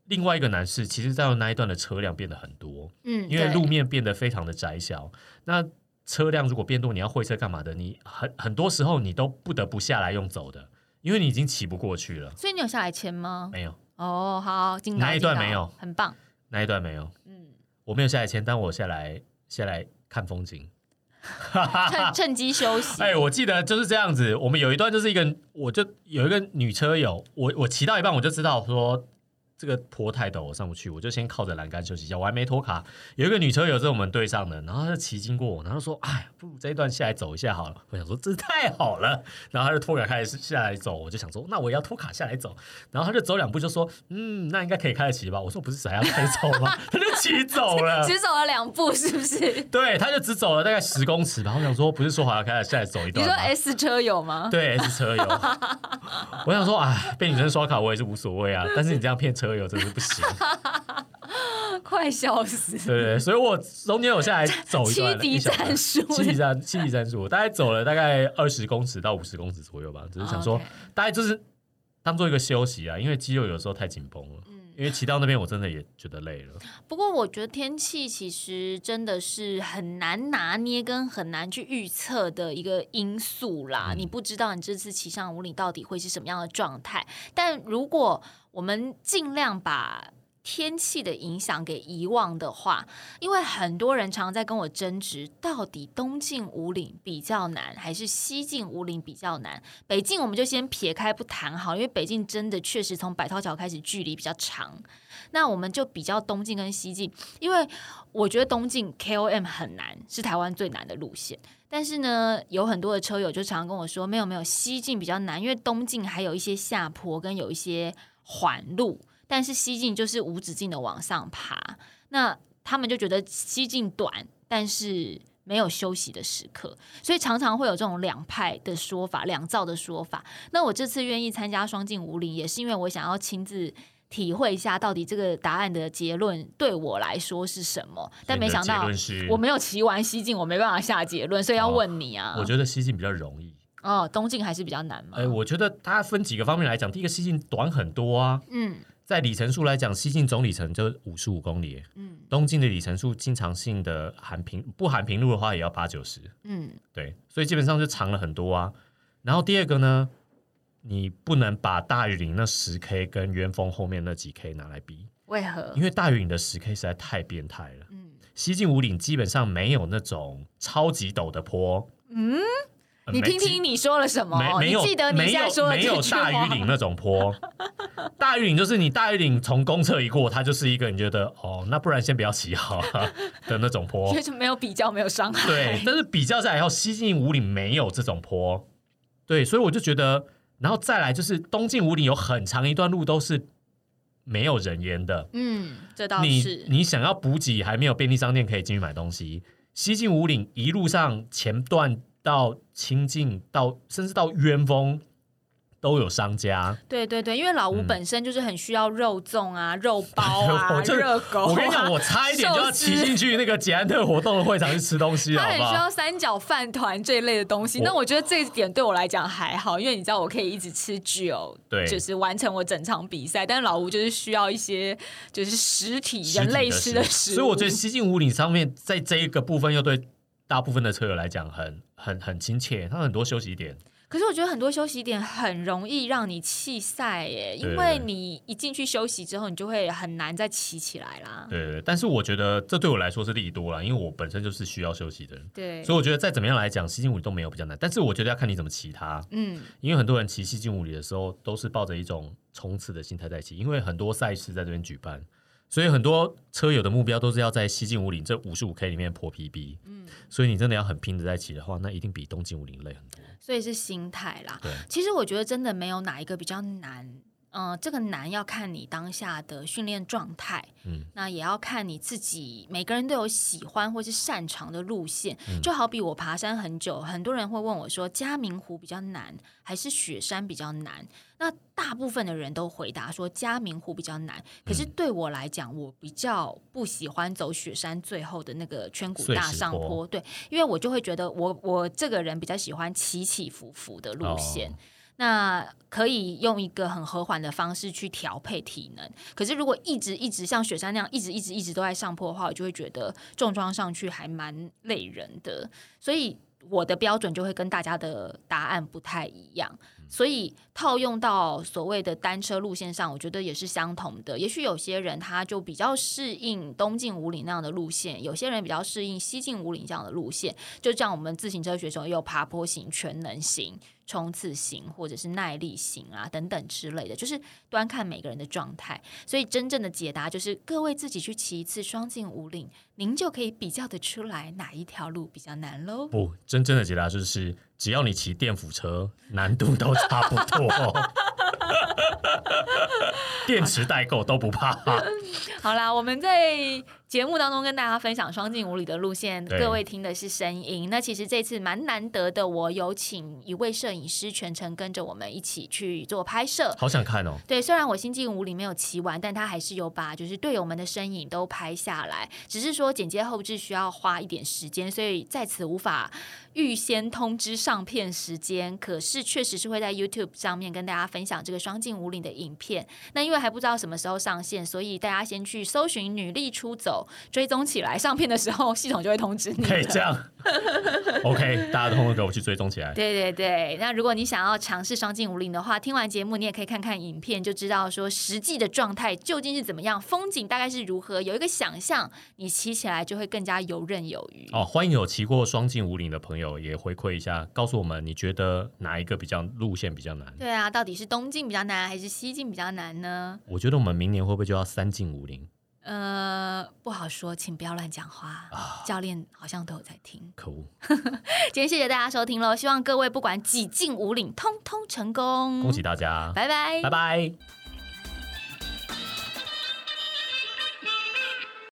Speaker 2: 另外一个难事，其实到那一段的车辆变得很多，
Speaker 1: 嗯，
Speaker 2: 因为
Speaker 1: 对
Speaker 2: 路面变得非常的窄小。那车辆如果变多，你要会车干嘛的？你很很多时候你都不得不下来用走的，因为你已经骑不过去了。
Speaker 1: 所以你有下来签吗？
Speaker 2: 没有
Speaker 1: 哦，好，进到
Speaker 2: 哪一段
Speaker 1: 进到
Speaker 2: 没有
Speaker 1: 很棒。
Speaker 2: 那一段没有，
Speaker 1: 嗯，
Speaker 2: 我没有下来签，但我下来下来看风景。
Speaker 1: 趁趁机休息。
Speaker 2: 哎、我记得就是这样子。我们有一段就是一个，我就有一个女车友，我我骑到一半我就知道说这个坡太陡，我上不去，我就先靠着栏杆休息一下。我还没脱卡，有一个女车友在我们队上的，然后她就骑经过我，然后说：“哎，不如这一段下来走一下好了。”我想说这太好了，然后她就脱卡开始下来走，我就想说那我也要脱卡下来走，然后她就走两步就说：“嗯，那应该可以开始骑吧？”我说：“不是还要开走吗？”她就骑
Speaker 1: <laughs>
Speaker 2: 走了， <laughs>
Speaker 1: 只走了两步，是不是？
Speaker 2: 对，啊他就只走了大概十公尺吧。我想说，不是说好要开始下来走一
Speaker 1: 你
Speaker 2: 段
Speaker 1: 说哎
Speaker 2: 吗？
Speaker 1: S 车友吗？
Speaker 2: <laughs> 对 S 车友，我想说啊，被女生刷卡我也是无所谓啊，但是你这样骗车友真是不行。
Speaker 1: <laughs> 快笑死！
Speaker 2: 对对对，所以我中间有下来走一
Speaker 1: 七
Speaker 2: 段，
Speaker 1: 敌
Speaker 2: 一小段
Speaker 1: 战术，
Speaker 2: 七级战七级战术，我大概走了大概二十公尺到五十公尺左右吧，只是想说
Speaker 1: 哦 OK
Speaker 2: 大概就是当做一个休息啊，因为肌肉有时候太紧绷了，
Speaker 1: 嗯
Speaker 2: 因为骑到那边我真的也觉得累了。
Speaker 1: 不过我觉得天气其实真的是很难拿捏跟很难去预测的一个因素啦。你不知道你这次骑上五岭到底会是什么样的状态，但如果我们尽量把。天气的影响给遗忘的话，因为很多人常在跟我争执，到底东进五岭比较难，还是西进五岭比较难？北进我们就先撇开不谈好，因为北进真的确实从百韬桥开始距离比较长，那我们就比较东进跟西进，因为我觉得东进 KOM 很难，是台湾最难的路线。但是呢，有很多的车友就常常跟我说，没有没有，西进比较难，因为东进还有一些下坡跟有一些缓路，但是西进就是无止境的往上爬。那他们就觉得西进短，但是没有休息的时刻，所以常常会有这种两派的说法、两造的说法。那我这次愿意参加双进五岭，也是因为我想要亲自体会一下到底这个答案的结论对我来说是什么。但没想
Speaker 2: 所以你的结
Speaker 1: 到
Speaker 2: 论是
Speaker 1: 我没有骑完西进，我没办法下结论，所以要
Speaker 2: 哦
Speaker 1: 问你啊。
Speaker 2: 我觉得西进比较容易。
Speaker 1: 哦，东进还是比较难嘛。
Speaker 2: 哎，我觉得它分几个方面来讲，第一个西进短很多啊，
Speaker 1: 嗯
Speaker 2: 在里程数来讲，西进总里程就五十五公里，
Speaker 1: 嗯
Speaker 2: 东京的里程数经常性的含平不含平路的话也要八九十，
Speaker 1: 嗯
Speaker 2: 对，所以基本上就长了很多啊。然后第二个呢，你不能把大雨林那十 K 跟元峰后面那几 K 拿来比，
Speaker 1: 为何
Speaker 2: 因？为大雨林的十 K 实在太变态了。
Speaker 1: 嗯，
Speaker 2: 西进五岭基本上没有那种超级陡的坡，
Speaker 1: 嗯
Speaker 2: 呃
Speaker 1: 你
Speaker 2: 没
Speaker 1: 听听你说了什么？
Speaker 2: 没没有
Speaker 1: 哦你记得你
Speaker 2: 没
Speaker 1: 现在
Speaker 2: 有
Speaker 1: 说的
Speaker 2: 没
Speaker 1: 这
Speaker 2: 有
Speaker 1: 句
Speaker 2: 大
Speaker 1: 话
Speaker 2: 鱼岭那种坡， <laughs> 大鱼岭就是你大鱼岭从公厕一过，它就是一个你觉得哦，那不然先不要骑好了 <laughs> 的那种坡
Speaker 1: 所以。 <laughs> 就没有比较，没有伤害。
Speaker 2: 对，但是比较下来以后，西进五岭没有这种坡，对，所以我就觉得，然后再来就是东进五岭有很长一段路都是没有人烟的，
Speaker 1: 嗯，这倒
Speaker 2: 你
Speaker 1: 是。
Speaker 2: 你想要补给，还没有便利商店可以进去买东西。西进五岭一路上前段到清境，到甚至到鸢峰都有商家。
Speaker 1: 对对对，因为老吴
Speaker 2: 嗯
Speaker 1: 本身就是很需要肉粽啊、
Speaker 2: <laughs>
Speaker 1: 肉包啊、
Speaker 2: 我真的
Speaker 1: 热狗啊、
Speaker 2: 我跟你讲，我差一点就要骑进去那个捷安特活动的会场去吃东西，
Speaker 1: 他
Speaker 2: 好
Speaker 1: 很
Speaker 2: 不
Speaker 1: 需
Speaker 2: 好？
Speaker 1: 要三角饭团这一类的东西。
Speaker 2: 我
Speaker 1: 那我觉得这一点对我来讲还好，因为你知道我可以一直吃酒，
Speaker 2: 对
Speaker 1: 就是完成我整场比赛。但是老吴就是需要一些就是实体
Speaker 2: 实体
Speaker 1: 人类吃
Speaker 2: 食
Speaker 1: 的
Speaker 2: 物
Speaker 1: 食物，
Speaker 2: 所以我觉得西进五岭上面，在这一个部分又对大部分的车友来讲很很很亲切，它很多休息点。
Speaker 1: 可是我觉得很多休息点很容易让你弃赛耶，因
Speaker 2: 对
Speaker 1: 为
Speaker 2: 对对
Speaker 1: 你一进去休息之后，你就会很难再骑起来啦。
Speaker 2: 对对对，但是我觉得这对我来说是利多了，因为我本身就是需要休息的人。
Speaker 1: 对，
Speaker 2: 所以我觉得再怎么样来讲，西进五里都没有比较难，但是我觉得要看你怎么骑它，
Speaker 1: 嗯，
Speaker 2: 因为很多人骑西进五里的时候都是抱着一种冲刺的心态在骑，因为很多赛事在这边举办，所以很多车友的目标都是要在西进五里这五十五 K 里面破 PB，嗯，所以你真的要很拼的在骑的话，那一定比东进五里累很多，
Speaker 1: 所以是心态啦
Speaker 2: 对。
Speaker 1: 其实我觉得真的没有哪一个比较难。嗯、这个难要看你当下的训练状态，
Speaker 2: 嗯，
Speaker 1: 那也要看你自己。每个人都有喜欢或是擅长的路线，
Speaker 2: 嗯
Speaker 1: 就好比我爬山很久，很多人会问我说，嘉明湖比较难还是雪山比较难？那大部分的人都回答说嘉明湖比较难，可
Speaker 2: 嗯
Speaker 1: 是对我来讲，我比较不喜欢走雪山最后的那个圈谷
Speaker 2: 碎
Speaker 1: 大
Speaker 2: 石
Speaker 1: 上
Speaker 2: 坡
Speaker 1: 坡，对，因为我就会觉得我我这个人比较喜欢起起伏伏的路线。
Speaker 2: 哦
Speaker 1: 那可以用一个很和缓的方式去调配体能，可是如果一直一直像雪山那样一直一直一直都在上坡的话，我就会觉得重装上去还蛮累人的，所以我的标准就会跟大家的答案不太一样。所以套用到所谓的单车路线上，我觉得也是相同的。也许有些人他就比较适应东进五岭那样的路线，有些人比较适应西进五岭这样的路线。就像我们自行车选手也有爬坡型、全能型、冲刺型或者是耐力型啊等等之类的，就是端看每个人的状态。所以真正的解答就是各位自己去骑一次双进五岭，您就可以比较的出来哪一条路比较难喽。
Speaker 2: 不，真正的解答就是只要你骑电辅车，难度都差不
Speaker 1: <laughs>
Speaker 2: 多。电池代购都不怕，
Speaker 1: 好啦，我们在节目当中跟大家分享双进五里的路线，
Speaker 2: 对
Speaker 1: 各位听的是声音。那其实这次蛮难得的，我有请一位摄影师全程跟着我们一起去做拍摄。
Speaker 2: 好想看哦。
Speaker 1: 对，虽然我新进五里没有骑完，但他还是有把就是队友们的身影都拍下来，只是说剪接后置需要花一点时间，所以在此无法预先通知上片时间。可是确实是会在 YouTube 上面跟大家分享这个双进五岭的影片。那因为还不知道什么时候上线，所以大家先去搜寻“女力出走”，追踪起来。上片的时候，系统就会通知你
Speaker 2: <laughs> 可以
Speaker 1: 了。
Speaker 2: 这样，OK，大家都通通给我去追踪起来。
Speaker 1: 对对对，那如果你想要尝试双进五岭的话，听完节目你也可以看看影片，就知道说实际的状态究竟是怎么样，风景大概是如何，有一个想象，你骑起来就会更加游刃有余。
Speaker 2: 哦，欢迎有骑过双进五岭的朋友也回馈一下，告诉我们你觉得哪一个比较路线比较难？
Speaker 1: 对啊，到底是东进比较难还是西进比较难呢？
Speaker 2: 我觉得我们明年会不会就要三进五岭？
Speaker 1: 呃，不好说，请不要乱讲话。教练好像都有在听。 <laughs>
Speaker 2: 可恶！
Speaker 1: 今天谢谢大家收听喽，希望各位不管几进五岭，通通成功。
Speaker 2: 恭喜大家，
Speaker 1: 嗯拜拜
Speaker 2: 拜拜